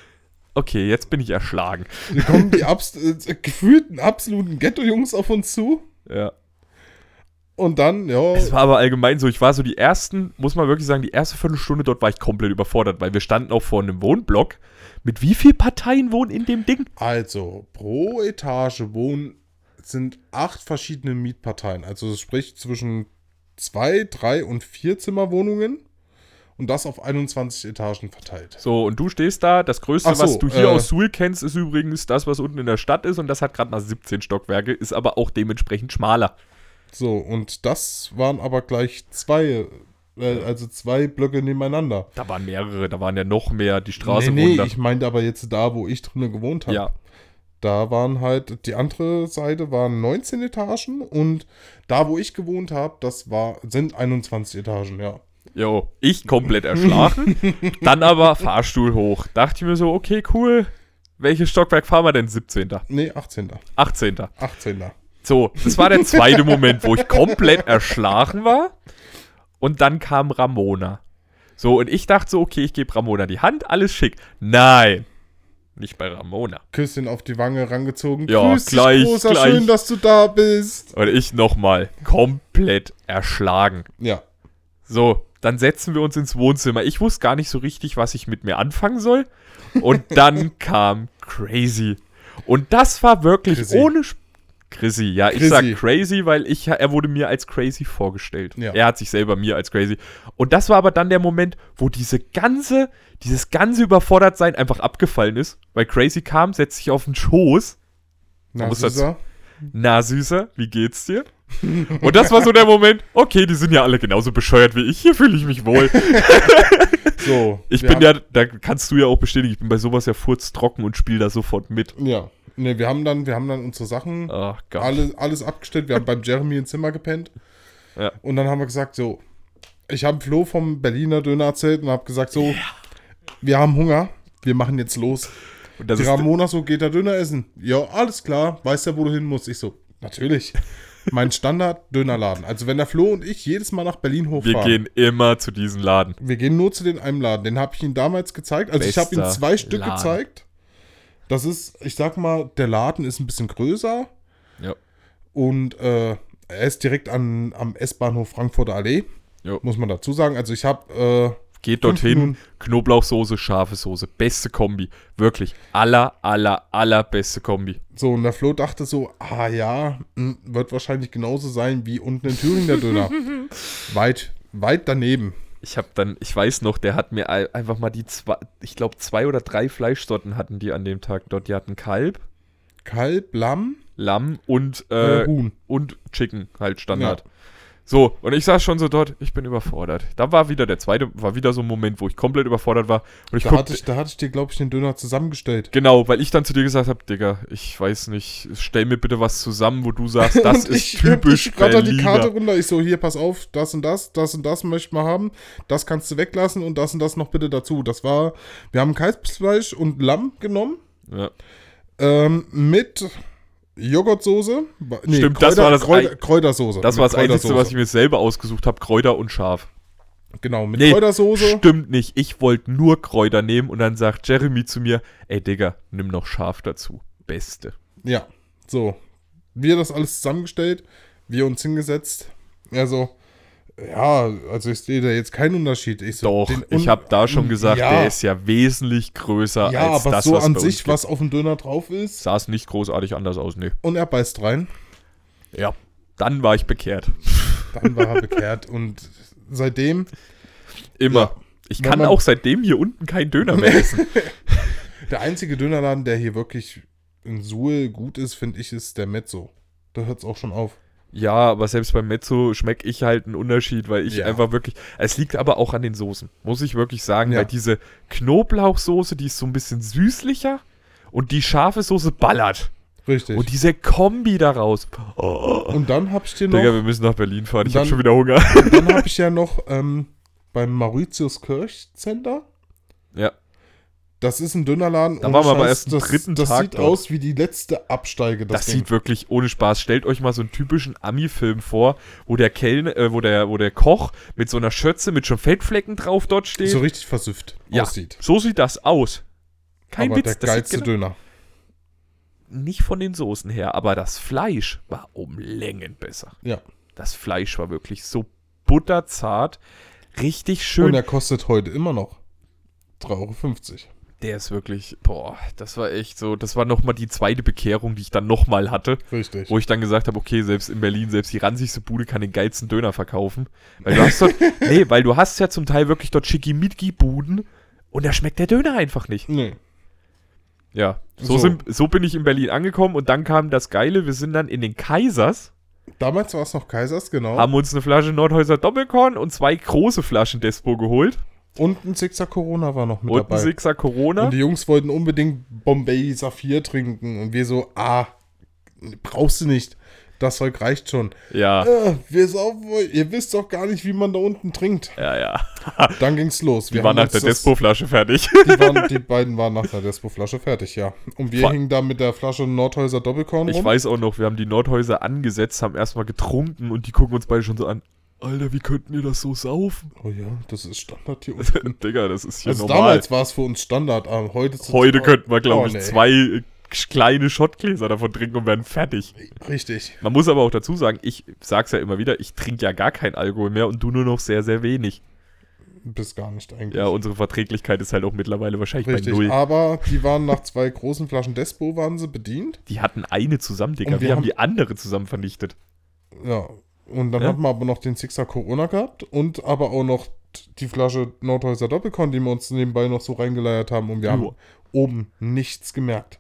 okay, jetzt bin ich erschlagen. Da kommen die abs [LAUGHS] äh, gefühlten absoluten Ghetto-Jungs auf uns zu. Ja. Und dann, ja. Es war aber allgemein so, ich war so die ersten, muss man wirklich sagen, die erste Viertelstunde dort war ich komplett überfordert, weil wir standen auch vor einem Wohnblock. Mit wie vielen Parteien wohnen in dem Ding? Also, pro Etage wohnen sind acht verschiedene Mietparteien. Also, das spricht zwischen zwei, drei und vier Zimmerwohnungen. Und das auf 21 Etagen verteilt. So, und du stehst da, das Größte, Ach so, was du hier äh. aus Suhl kennst, ist übrigens das, was unten in der Stadt ist und das hat gerade mal 17 Stockwerke, ist aber auch dementsprechend schmaler. So, und das waren aber gleich zwei, äh, also zwei Blöcke nebeneinander. Da waren mehrere, da waren ja noch mehr, die Nee, Straße nee, runter. ich meinte aber jetzt da, wo ich drinnen gewohnt habe. ja, Da waren halt, die andere Seite waren 19 Etagen und da, wo ich gewohnt habe, das war, sind 21 Etagen, ja. jo, ich komplett [LAUGHS] erschlagen, dann aber Fahrstuhl hoch. Dachte ich mir so, okay, cool, welches Stockwerk fahren wir denn? 17. Nee, 18. 18. 18. So, das war der zweite Moment, wo ich komplett erschlagen war. Und dann kam Ramona. So, und ich dachte so, okay, ich gebe Ramona die Hand, alles schick. Nein. Nicht bei Ramona. Küsschen auf die Wange rangezogen. Ja, gleich, Großer, gleich. schön, dass du da bist. Und ich nochmal komplett erschlagen. Ja. So, dann setzen wir uns ins Wohnzimmer. Ich wusste gar nicht so richtig, was ich mit mir anfangen soll. [LAUGHS] Und dann kam Crazy. Und das war wirklich Chrissy. ohne. Sp Chrissy, ja, ich Chrissy. sag Crazy, weil ich, er wurde mir als Crazy vorgestellt. Ja. Er hat sich selber mir als Crazy. Und das war aber dann der Moment, wo diese ganze, dieses ganze Überfordertsein einfach abgefallen ist, weil Crazy kam, setzt sich auf den Schoß Na, musst das- Süßer. na Süßer, wie geht's [LAUGHS] dir? Und das war so der Moment, okay, die sind ja alle genauso bescheuert wie ich, hier fühle ich mich wohl. So. Ich wir bin haben, ja, da kannst du ja auch bestätigen, ich bin bei sowas ja furztrocken und spiele da sofort mit. Ja. Ne, wir haben dann, wir haben dann unsere Sachen, Ach Gott. alles, alles abgestellt. Wir haben beim Jeremy im Zimmer gepennt. Ja. Und dann haben wir gesagt, so. Ich habe Flo vom Berliner Döner erzählt und habe gesagt, so, wir haben Hunger, wir machen jetzt los. Und das die ist, Ramona so, geht da Döner essen. Ja, alles klar, weißt ja, wo du hin musst. Ich so, natürlich. Mein Standard-Dönerladen. Also wenn der Flo und ich jedes Mal nach Berlin hochfahren. wir gehen immer zu diesem Laden. Wir gehen nur zu den einem Laden. Den habe ich ihm damals gezeigt. Also ich habe ihm Bester zwei Stück Laden. gezeigt. Das ist, ich sag mal, der Laden ist ein bisschen größer Ja. und äh, er ist direkt an, am S-Bahnhof Frankfurter Allee. Jo. Muss man dazu sagen. Also ich habe Geht Fünf dorthin, Minuten. Knoblauchsoße, scharfe Soße, beste Kombi. Wirklich, aller, aller, aller beste Kombi. äh, so und der Flo dachte so, ah ja, mh, wird wahrscheinlich genauso sein wie unten in Thüringen [LAUGHS] der Döner. weit, weit daneben. Ich habe dann, ich weiß noch, der hat mir ei- einfach mal die zwei, ich glaube zwei oder drei Fleischsorten hatten die an dem Tag dort. Die hatten Kalb, Kalb, Lamm, Lamm und, äh, äh, Huhn. und Chicken, halt Standard. So, und ich saß schon so dort, ich bin überfordert. Da war wieder der zweite, war wieder so ein Moment, wo ich komplett überfordert war. Und ich Da hatte guckte, ich, da hatte ich dir, glaube ich, den Döner zusammengestellt. genau, weil ich dann zu dir gesagt habe, Digga, ich weiß nicht, stell mir bitte was zusammen, wo du sagst, das [LAUGHS] Und ist ich, typisch Ich ratter die Berliner. Karte runter. Ich so, hier, pass auf, das und das, das und das möchte ich mal haben. Das kannst du weglassen und das und das noch bitte dazu. Das war, wir haben Kalbsfleisch und Lamm genommen Ja. ähm, mit Joghurtsoße. Ba- Nee, Stimmt, das war das Kräuter, Ei- Kräutersoße. Das Mit war das Einzige, Kräutersoße. was ich mir selber ausgesucht habe, Kräuter und Schaf. Genau, mit Nee, Kräutersoße. Stimmt nicht. Ich wollte nur Kräuter nehmen und dann sagt Jeremy zu mir, ey Digga, nimm noch Schaf dazu. Beste. Ja, so. Wir das alles zusammengestellt, wir uns hingesetzt. Also, ja, also ich sehe da jetzt keinen Unterschied. Ich so, Doch, den ich Un- Mm, habe da schon gesagt, Ja. der ist ja wesentlich größer Ja, als aber das, so was an bei sich, uns gibt. was auf dem Döner drauf ist, Sah es nicht großartig anders aus, ne. und er beißt rein. Ja. Dann war ich bekehrt. Dann war [LAUGHS] er bekehrt und seitdem, Immer. Ja. Ich Wenn kann man- auch seitdem hier unten keinen Döner [LAUGHS] mehr essen. der einzige Dönerladen, der hier wirklich in Suhl gut ist, finde ich, ist der Mezzo. Da hört es auch schon auf. ja, aber selbst beim Mezzo schmecke ich halt einen Unterschied, weil ich Ja. einfach wirklich. Es liegt aber auch an den Soßen, muss ich wirklich sagen, Ja. weil diese Knoblauchsoße, die ist so ein bisschen süßlicher und die scharfe Soße ballert. Richtig. Und Und, diese Kombi daraus. Oh. dann hab ich dir Digga, noch, wir müssen nach Berlin fahren. Ich Dann- habe schon wieder Hunger. [LAUGHS] dann hab ich ja noch ähm, beim Mauritius Kirch Center. ja. Das ist ein Dönerladen. Da ohne waren wir aber Scheiß, erst am das, dritten Das Tag sieht dort. aus wie die letzte Absteige. Das, Ding. sieht wirklich ohne Spaß. Stellt euch mal so einen typischen Ami-Film vor, wo der Kellner, äh, wo der, wo der Koch mit so einer Schürze mit schon Fettflecken drauf dort steht. so richtig versüfft ja, aussieht. so sieht das aus. Kein aber Witz, der das geilste sieht genau, Döner. nicht von den Soßen her, aber das Fleisch war um Längen besser. Ja. Das Fleisch war wirklich so butterzart, richtig Und schön. er kostet heute immer noch 3,50 Euro. der ist wirklich, boah, das war echt so, das war nochmal die zweite Bekehrung, die ich dann nochmal hatte. Richtig. Wo ich dann gesagt habe, okay, selbst in Berlin, selbst die ranzigste Bude kann den geilsten Döner verkaufen. Weil du [LAUGHS] hast dort, nee, weil du hast ja zum Teil wirklich dort Schickimicki-Buden und da schmeckt der Döner einfach nicht. Nee. Ja, so, So. Sind, so bin ich in Berlin angekommen und dann kam das Geile, wir sind dann in den Kaisers, Damals war es noch Kaisers, genau. haben uns eine Flasche Nordhäuser Doppelkorn und zwei große Flaschen Despo geholt Und ein Sixer Corona war noch mit und dabei. ein Sixer Corona. und die Jungs wollten unbedingt Bombay Saphir trinken. Und wir so, ah, brauchst du nicht. Das Zeug reicht schon. Ja, Äh, wir saufen, wohl- ihr wisst doch gar nicht, wie man da unten trinkt. ja, ja. Dann ging's los. Die Wir war haben nach uns der das- Despo-Flasche [LAUGHS] fertig. Die, waren, die beiden waren nach der Despo-Flasche fertig, ja. Und wir Vor- hingen da mit der Flasche Nordhäuser Doppelkorn Ich rum. weiß auch noch, wir haben die Nordhäuser angesetzt, haben erstmal getrunken und die gucken uns beide schon so an. Alter, wie könnten ihr das so saufen? Oh ja, das ist [LAUGHS] Standard hier unten. Digga, das ist hier Also normal. damals war es für uns Standard, aber heute ist es- Heute könnten wir, glaube Oh, ich, nee. zwei äh, kleine Schottgläser davon trinken und werden fertig. Richtig. Man muss aber auch dazu sagen, ich sag's ja immer wieder, ich trinke ja gar keinen Alkohol mehr und du nur noch sehr, sehr wenig. Bis gar nicht eigentlich. Ja, unsere Verträglichkeit ist halt auch mittlerweile wahrscheinlich Richtig, Ah. bei null. aber die waren nach zwei großen Flaschen Despo waren sie bedient. Die hatten eine zusammen, Digga. Wir, Und wir haben haben- die andere zusammen vernichtet. Ja. Und dann Ja. hatten wir aber noch den Sixer Corona gehabt und aber auch noch die Flasche Nordhäuser Doppelkorn, die wir uns nebenbei noch so reingeleiert haben und wir Jo. haben oben nichts gemerkt.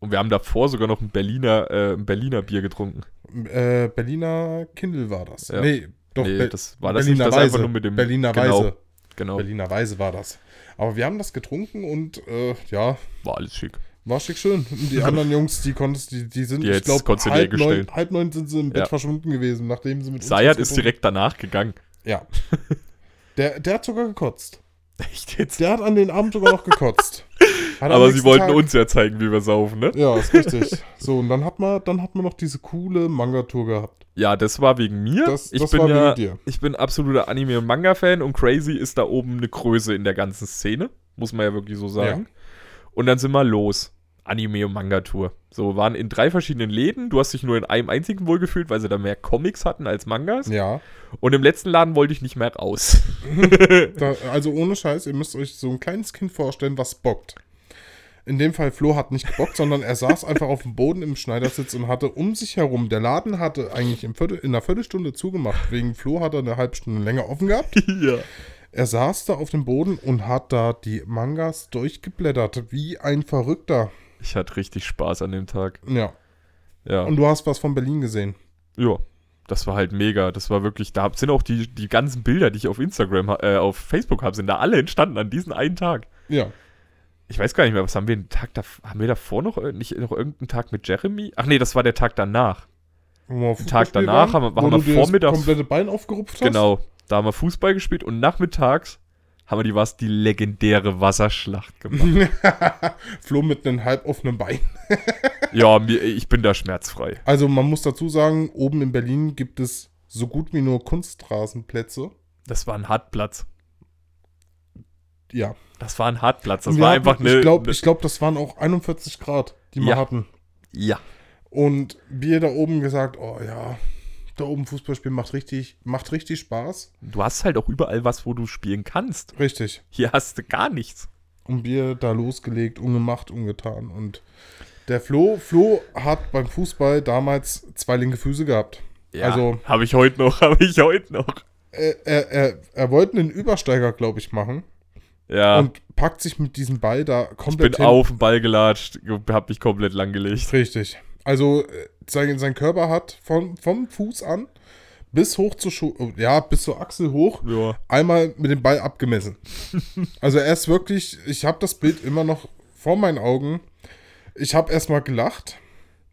Und wir haben davor sogar noch ein Berliner, äh, ein Berliner Bier getrunken. Äh, Berliner Kindel war das. Ja. Nee, doch. Nee, Be- das war das nicht, das einfach nur mit dem- Berliner genau. Weise. Genau. Berliner Weise war das. Aber wir haben das getrunken und äh, ja, War alles schick. War schick schön. Und die anderen Jungs, die konntest, die, die sind, Die ich hättest- glaube, konntest du dir halb, neun- gestellt. halb neun sind sie im Bett Ja. verschwunden gewesen, nachdem sie mit uns Sayat was ist getrunken- direkt danach gegangen. [LAUGHS] Ja. Der, der hat sogar gekotzt. Echt jetzt? [LAUGHS] Der hat an den Abend sogar noch gekotzt. Hat am Aber sie nächsten wollten Tag- uns ja zeigen, wie wir saufen, ne? Ja, ist richtig. So, und dann hat man, dann hat man noch diese coole Manga-Tour gehabt. Ja, das war wegen mir. Das- ich das bin war wegen ja, dir. Ich bin absoluter Anime- und Manga-Fan und Crazy ist da oben eine Größe in der ganzen Szene. Muss man ja wirklich so sagen. Und dann sind wir los. Anime- und Manga-Tour. So, waren in drei verschiedenen Läden. Du hast dich nur in einem einzigen wohlgefühlt, weil sie da mehr Comics hatten als Mangas. Ja. Und im letzten Laden wollte ich nicht mehr raus. [LAUGHS] Da, also ohne Scheiß, ihr müsst euch so ein kleines Kind vorstellen, was bockt. In dem Fall Flo hat nicht gebockt, sondern er saß einfach auf dem Boden im Schneidersitz und hatte um sich herum, der Laden hatte eigentlich im Viertel, in einer Viertelstunde zugemacht, wegen Flo hat er eine halbe Stunde länger offen gehabt. ja. Er saß da auf dem Boden und hat da die Mangas durchgeblättert, wie ein Verrückter. Ich hatte richtig Spaß an dem Tag. Ja, Ja. und du hast was von Berlin gesehen. Ja, das war halt mega. Das war wirklich, da sind auch die, die ganzen Bilder, die ich auf Instagram, ha- äh, auf Facebook habe, sind da alle entstanden an diesem einen Tag. Ja, Ich weiß gar nicht mehr, was haben wir den Tag da, haben wir davor noch, ir- nicht noch irgendeinen Tag mit Jeremy? Ach nee, das war der Tag danach. wo wir Tag Fußballspiel danach haben wir- wo haben du wir dir das vormittags- komplette Bein aufgerupft hast. Genau, da haben wir Fußball gespielt und nachmittags haben wir die, was, die legendäre Wasserschlacht [LAUGHS] gemacht. [LAUGHS] Flo mit einem halb offenen Bein. ja, mir, ich bin da schmerzfrei. Also man muss dazu sagen, oben in Berlin gibt es so gut wie nur Kunstrasenplätze. Das war ein Hartplatz. Ja. Das war ein Hartplatz. Das Wir war hatten- einfach eine. Ich glaube, ne- ich glaub, das waren auch 41 Grad, die wir Ja. hatten. ne, ja. Und wir da oben gesagt, oh ja, da oben Fußballspielen macht richtig, macht richtig Spaß. Du hast halt auch überall was, wo du spielen kannst. Richtig. Hier hast du gar nichts. Und wir da losgelegt, ungemacht, ungetan. Und der Flo, Flo hat beim Fußball damals zwei linke Füße gehabt. Ja, Also habe ich heute noch, [LAUGHS] habe ich heute noch. er, er, er, er wollte einen Übersteiger, glaube ich, machen. Ja, Und packt sich mit diesem Ball da komplett bin hin. auf den Ball gelatscht, habe mich komplett langgelegt. Richtig. Also äh, sein, sein Körper hat vom, vom Fuß an bis hoch zur Schu oh, ja, bis zur Achsel hoch Ja. einmal mit dem Ball [LAUGHS] abgemessen. also er ist wirklich, ich habe das Bild immer noch vor meinen Augen. Ich habe erstmal gelacht.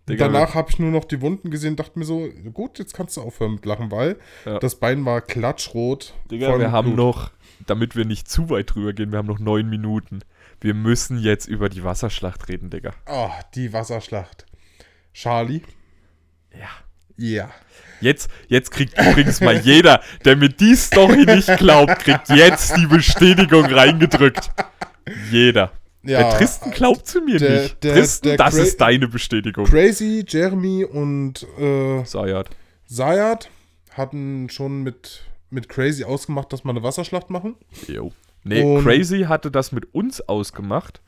Digga, Danach habe ich nur noch die Wunden gesehen, dachte mir so, gut, jetzt kannst du aufhören mit Lachen, weil Ja. das Bein war klatschrot. Digga, voll wir mit haben Blut. noch, damit wir nicht zu weit drüber gehen, wir haben noch neun Minuten. Wir müssen jetzt über die Wasserschlacht reden, Digga. Ah, die Wasserschlacht. Charlie. Ja. Ja. Jetzt, jetzt kriegt übrigens mal jeder, der mir die Story nicht glaubt, kriegt jetzt die Bestätigung reingedrückt. Jeder. Ja, der Tristan glaubt zu mir der- nicht. der- Tristan, der das Cra- ist deine Bestätigung. Crazy, Jeremy und äh, Sayat. Sayat hatten schon mit, mit Crazy ausgemacht, dass wir eine Wasserschlacht machen. Jo. Nee, Und- Crazy hatte das mit uns ausgemacht,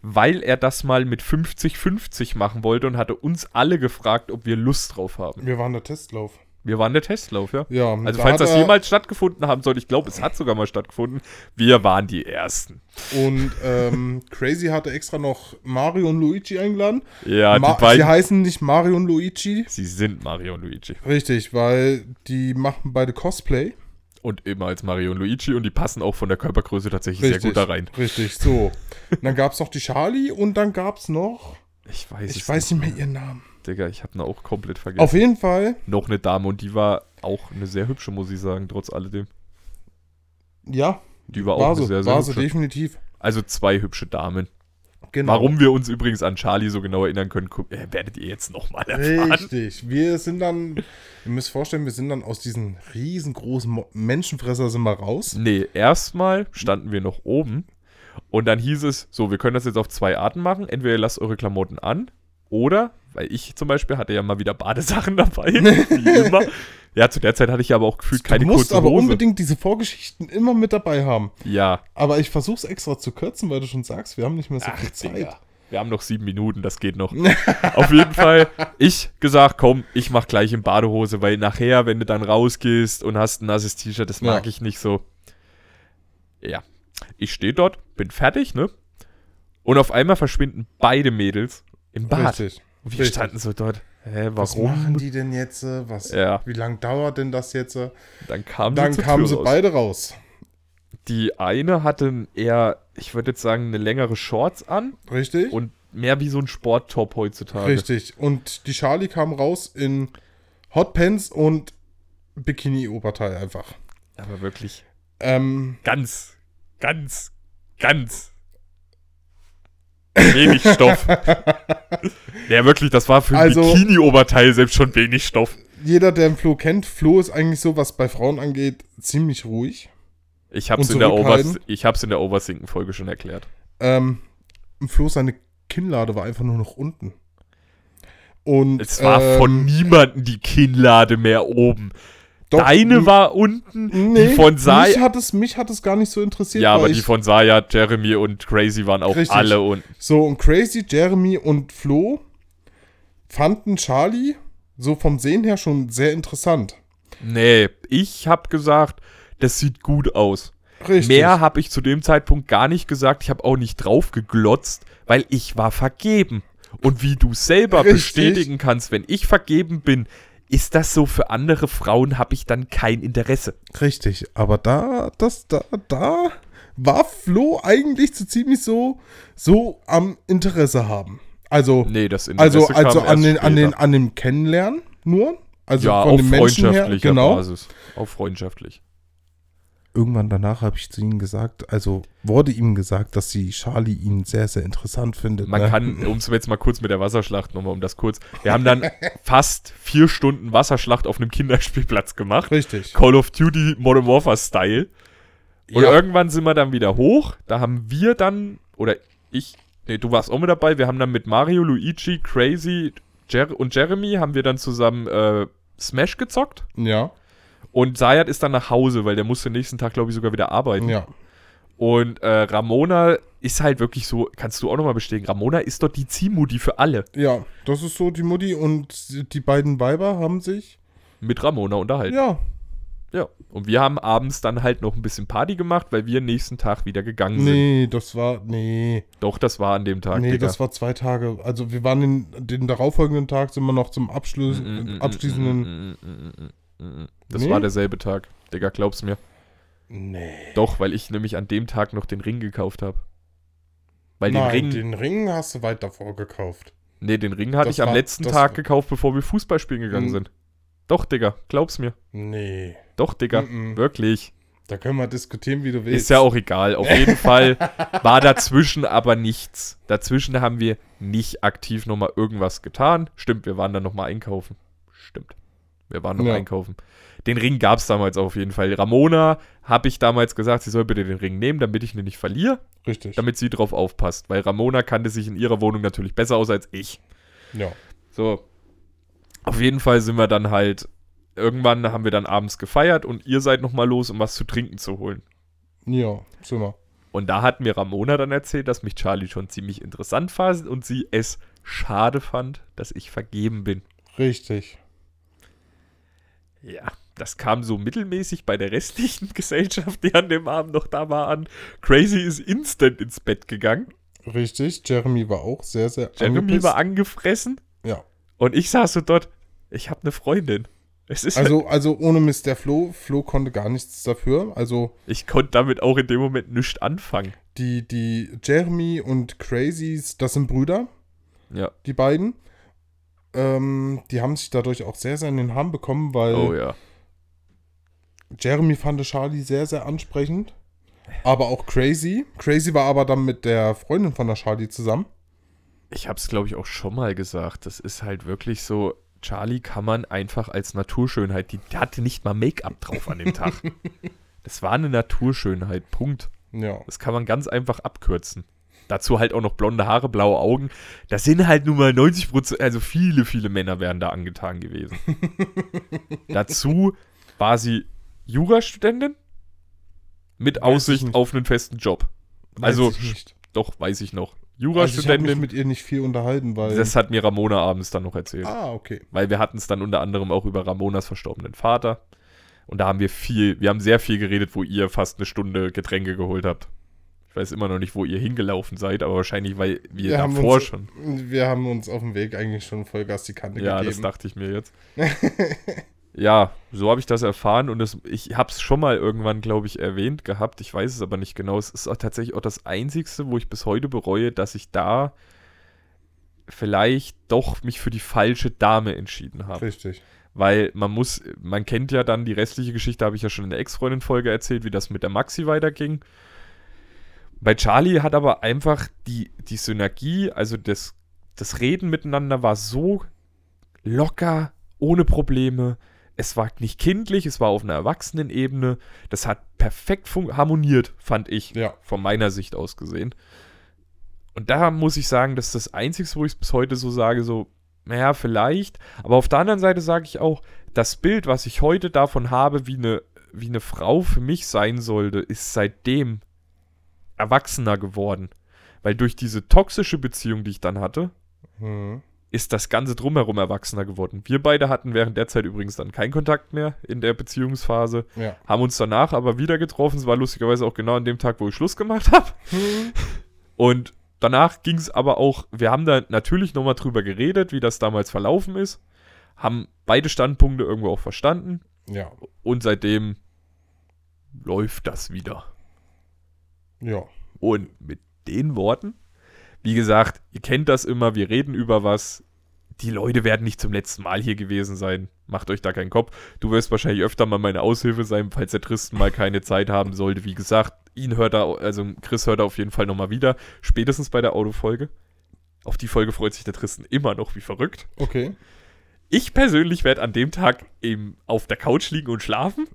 weil er das mal mit 50-50 machen wollte und hatte uns alle gefragt, ob wir Lust drauf haben. Wir waren der Testlauf. Wir waren der Testlauf, ja? Ja, Also da falls hat das er- jemals stattgefunden haben sollte, ich glaube, es hat sogar mal stattgefunden, wir waren die Ersten. Und ähm, [LAUGHS] Crazy hatte extra noch Mario und Luigi eingeladen. Ja, Ma- die beiden, Sie heißen nicht Mario und Luigi. sie sind Mario und Luigi. Richtig, weil die machen beide Cosplay. Und immer als Mario und Luigi und die passen auch von der Körpergröße tatsächlich Richtig. sehr gut da rein. Richtig, so. Und dann gab es noch die Charlie und dann gab es noch. Ich weiß Ich es weiß nicht mehr ihren Namen. nicht, Digga, ich habe ihn auch komplett vergessen. Auf jeden Fall, Noch eine Dame und die war auch eine sehr hübsche, muss ich sagen, trotz alledem. ja, Die war, auch war eine sie, sehr, sehr war sie hübsche. definitiv. Also zwei hübsche Damen. Genau. Warum wir uns übrigens an Charlie so genau erinnern können, guck, äh, werdet ihr jetzt nochmal erfahren. Richtig. Wir sind dann, ihr müsst vorstellen, wir sind dann aus diesen riesengroßen Mo- Menschenfresser sind wir raus. Nee, erstmal standen wir noch oben und dann hieß es, so, wir können das jetzt auf zwei Arten machen. Entweder ihr lasst eure Klamotten an oder, weil ich zum Beispiel hatte ja mal wieder Badesachen [LAUGHS] dabei, wie [LAUGHS] immer. Ja, zu der Zeit hatte ich ja aber auch gefühlt keine du musst kurze aber Hose. unbedingt diese Vorgeschichten immer mit dabei haben. Ja, Aber ich versuche es extra zu kürzen, weil du schon sagst, wir haben nicht mehr so viel Zeit. Digga. Wir haben noch sieben Minuten, das geht noch. [LAUGHS] Auf jeden Fall, ich gesagt, komm, ich mach gleich in Badehose, weil nachher, wenn du dann rausgehst und hast ein nasses T-Shirt, das mag Ja. ich nicht so. Ja. Ich stehe dort, bin fertig, ne? Und auf einmal verschwinden beide Mädels im Bad. Richtig. Und wir richtig. standen so dort. Hä, Was machen warum? die denn jetzt? Was, Ja. Wie lange dauert denn das jetzt? Dann kamen Dann sie, zur kamen Tür sie raus. beide raus. Die eine hatte ein eher, ich würde jetzt sagen, eine längere Shorts an Richtig? und mehr wie so ein Sporttop heutzutage. Richtig. Und die Charlie kam raus in Hotpants und Bikini-Oberteil einfach. Aber wirklich Ähm, ganz, ganz, ganz Wenig [LAUGHS] Stoff. ja, wirklich, das war für ein Also- Bikini-Oberteil selbst schon wenig Stoff. Jeder, der einen Flo kennt, Flo ist eigentlich so, was bei Frauen angeht, ziemlich ruhig. Ich hab's, Und in der, zurückhalten? Overs ich hab's in der Oversinken-Folge schon erklärt. Ähm, und Flo, seine Kinnlade war einfach nur noch unten. Und Es war ähm, von niemandem die Kinnlade mehr oben. doch, Deine m- war unten, nee, die von Saya. Mich hat, es, mich hat es gar nicht so interessiert. Ja, weil aber ich, die von Saya, Jeremy und Crazy waren auch Richtig. alle unten. So, und Crazy, Jeremy und Flo fanden Charlie so vom Sehen her schon sehr interessant. Nee, ich hab gesagt, das sieht gut aus. Richtig. Mehr habe ich zu dem Zeitpunkt gar nicht gesagt. Ich habe auch nicht drauf geglotzt, weil ich war vergeben. Und wie du selber Richtig. bestätigen kannst, wenn ich vergeben bin, ist das so für andere Frauen, habe ich dann kein Interesse. Richtig, aber da, das, da, da war Flo eigentlich so ziemlich so, so am Interesse haben. Also, Nee, das Interesse also, also kam an, erst den, an, später. den, an dem Kennenlernen nur. Also ja, von auf den Menschen freundschaftlicher her, genau. Basis. Auf freundschaftlich. Irgendwann danach habe ich zu ihm gesagt, also wurde ihm gesagt, dass sie Charlie ihn sehr, sehr interessant findet. Man ne? kann, um es jetzt mal kurz mit der Wasserschlacht nochmal, um das kurz. Wir haben dann fast vier Stunden Wasserschlacht auf einem Kinderspielplatz gemacht. [LAUGHS] Richtig. Call of Duty Modern Warfare Style. Und Ja. irgendwann sind wir dann wieder hoch. Da haben wir dann, oder ich, nee, du warst auch mit dabei. Wir haben dann mit Mario, Luigi, Crazy Jer und Jeremy haben wir dann zusammen äh, Smash gezockt. Ja, Und Sayat ist dann nach Hause, weil der musste nächsten Tag, glaube ich, sogar wieder arbeiten. ja. Und äh, Ramona ist halt wirklich so, kannst du auch nochmal bestätigen, Ramona ist dort die Ziehmutti für alle. Ja, das ist so die Mutti und die beiden Weiber haben sich. Mit Ramona unterhalten. Ja, Ja. Und wir haben abends dann halt noch ein bisschen Party gemacht, weil wir nächsten Tag wieder gegangen sind. nee, das war, nee. Doch, das war an dem Tag, Nee, Digga. das war zwei Tage. Also wir waren den, den darauffolgenden Tag sind wir noch zum Mm, Abschluss, abschließenden. Das Nee? war derselbe Tag. Digga, glaub's mir. mm. Nee. Doch, weil ich nämlich an dem Tag noch den Ring gekauft habe. Weil Nein, den Ring. den Ring hast du weit davor gekauft. nee, den Ring hatte das ich am war- letzten das- Tag gekauft, bevor wir Fußball spielen gegangen Mhm. sind. Doch, Digga, glaub's mir. Nee. Doch, Digga. Mhm. Wirklich. Da können wir diskutieren, wie du willst. Ist ja auch egal. Auf [LAUGHS] jeden Fall war dazwischen aber nichts. Dazwischen haben wir nicht aktiv nochmal irgendwas getan. Stimmt, wir waren dann nochmal einkaufen. Stimmt. Wir waren noch Ja. einkaufen. Den Ring gab es damals auf jeden Fall. Ramona habe ich damals gesagt, sie soll bitte den Ring nehmen, damit ich ihn nicht verliere, richtig. damit sie drauf aufpasst. Weil Ramona kannte sich in ihrer Wohnung natürlich besser aus als ich. Ja. So. Auf jeden Fall sind wir dann halt. Irgendwann haben wir dann abends gefeiert und ihr seid nochmal los, um was zu trinken zu holen. Ja, sind wir. Und da hat mir Ramona dann erzählt, dass mich Charlie schon ziemlich interessant fand und sie es schade fand, dass ich vergeben bin. Richtig. Ja, das kam so mittelmäßig bei der restlichen [LAUGHS] Gesellschaft, die an dem Abend noch da war, an. Crazy ist instant ins Bett gegangen. Richtig. Jeremy war auch sehr, sehr Jeremy angepisst. war angefressen Ja. und ich saß so dort, ich habe eine Freundin. Es ist Also, also ohne Mist, der Flo. Flo konnte gar nichts dafür. Also halt, ich konnte damit auch in dem Moment nichts anfangen. die, die Jeremy und Crazies, das sind Brüder. Ja. die beiden. Ähm, die haben sich dadurch auch sehr, sehr in den Arm bekommen, weil Oh ja. Jeremy fand Charlie sehr, sehr ansprechend. Aber auch Crazy. Crazy war aber dann mit der Freundin von der Charlie zusammen. Ich habe es, glaube ich, auch schon mal gesagt. Das ist halt wirklich so. Charlie kann man einfach als Naturschönheit, die hatte nicht mal Make-up drauf an dem [LAUGHS] Tag. Das war eine Naturschönheit, Punkt. Ja. Das kann man ganz einfach abkürzen. Dazu halt auch noch blonde Haare, blaue Augen. Das sind halt nun mal 90 Prozent, also viele, viele Männer wären da angetan gewesen. [LAUGHS] Dazu war sie Jurastudentin mit Aussicht nicht. auf einen festen Job. Weiß Also, ich nicht. Doch, weiß ich noch. Also ich habe mich Jurastudentin mit ihr nicht viel unterhalten, weil. das hat mir Ramona abends dann noch erzählt. ah, okay. Weil wir hatten es dann unter anderem auch über Ramonas verstorbenen Vater. Und da haben wir viel, wir haben sehr viel geredet, wo ihr fast eine Stunde Getränke geholt habt. Ich weiß immer noch nicht, wo ihr hingelaufen seid, aber wahrscheinlich, weil wir, haben davor uns, schon. Wir haben uns auf dem Weg eigentlich schon Vollgas die Kante Ja, das gegeben. dachte ich mir jetzt. ja, so habe ich das erfahren und das, ich habe es schon mal irgendwann, glaube ich, erwähnt gehabt. Ich weiß es aber nicht genau. Es ist auch tatsächlich auch das Einzigste, wo ich bis heute bereue, dass ich da vielleicht doch mich für die falsche Dame entschieden habe. Richtig. Weil man muss, man kennt ja dann die restliche Geschichte, habe ich ja schon in der Ex-Freundin-Folge erzählt, wie das mit der Maxi weiterging. Bei Charlie hat aber einfach die, die Synergie, also das, das Reden miteinander war so locker, ohne Probleme. Es war nicht kindlich, es war auf einer Erwachsenenebene. Das hat perfekt fun- harmoniert, fand ich, Ja. von meiner Sicht aus gesehen. Und da muss ich sagen, das ist das Einzige, wo ich es bis heute so sage, so, naja, vielleicht. Aber auf der anderen Seite sage ich auch, das Bild, was ich heute davon habe, wie eine, wie eine Frau für mich sein sollte, ist seitdem erwachsener geworden. Weil durch diese toxische Beziehung, die ich dann hatte, Mhm. ist das Ganze drumherum erwachsener geworden. Wir beide hatten während der Zeit übrigens dann keinen Kontakt mehr in der Beziehungsphase, Ja. [LAUGHS] haben uns danach aber wieder getroffen. Es war lustigerweise auch genau an dem Tag, wo ich Schluss gemacht [LAUGHS] habe. Und danach ging es aber auch, wir haben da natürlich nochmal drüber geredet, wie das damals verlaufen ist, haben beide Standpunkte irgendwo auch verstanden Ja. und seitdem läuft das wieder. Ja. Und mit den Worten, wie gesagt, ihr kennt das immer, wir reden über was. Die Leute werden nicht zum letzten Mal hier gewesen sein. Macht euch da keinen Kopf. Du wirst wahrscheinlich öfter mal meine Aushilfe sein, falls der Tristan mal keine Zeit haben sollte. Wie gesagt, ihn hört er, also Chris hört er auf jeden Fall nochmal wieder. Spätestens bei der Autofolge. Auf die Folge freut sich der Tristan immer noch wie verrückt. Okay. Ich persönlich werde an dem Tag im, auf der Couch liegen und schlafen.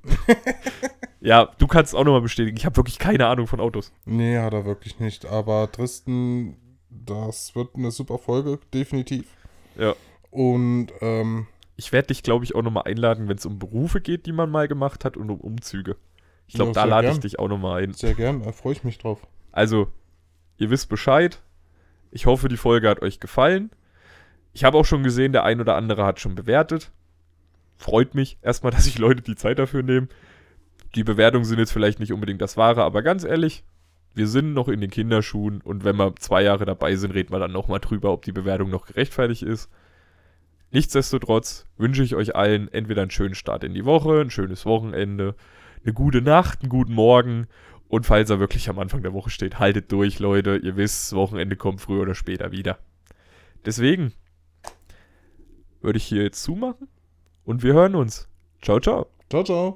ja, du kannst auch nochmal bestätigen. Ich habe wirklich keine Ahnung von Autos. Nee, hat er wirklich nicht. Aber Tristan, das wird eine super Folge, definitiv. Ja. Und ähm, Ich werde dich, glaube ich, auch nochmal einladen, wenn es um Berufe geht, die man mal gemacht hat und um Umzüge. Ich glaube, Ja, da sehr lade ich gern. dich auch nochmal ein. sehr gern, da freue ich mich drauf. Also, ihr wisst Bescheid. Ich hoffe, die Folge hat euch gefallen. Ich habe auch schon gesehen, der ein oder andere hat schon bewertet. Freut mich erstmal, [LAUGHS] dass sich Leute die Zeit dafür nehmen. Die Bewertungen sind jetzt vielleicht nicht unbedingt das Wahre, aber ganz ehrlich, wir sind noch in den Kinderschuhen und wenn wir zwei Jahre dabei sind, reden wir dann nochmal drüber, ob die Bewertung noch gerechtfertigt ist. Nichtsdestotrotz wünsche ich euch allen entweder einen schönen Start in die Woche, ein schönes Wochenende, eine gute Nacht, einen guten Morgen und falls er wirklich am Anfang der Woche steht, haltet durch, Leute. Ihr wisst, das Wochenende kommt früher oder später wieder. Deswegen würde ich hier jetzt zumachen und wir hören uns. Ciao, ciao. Ciao, ciao.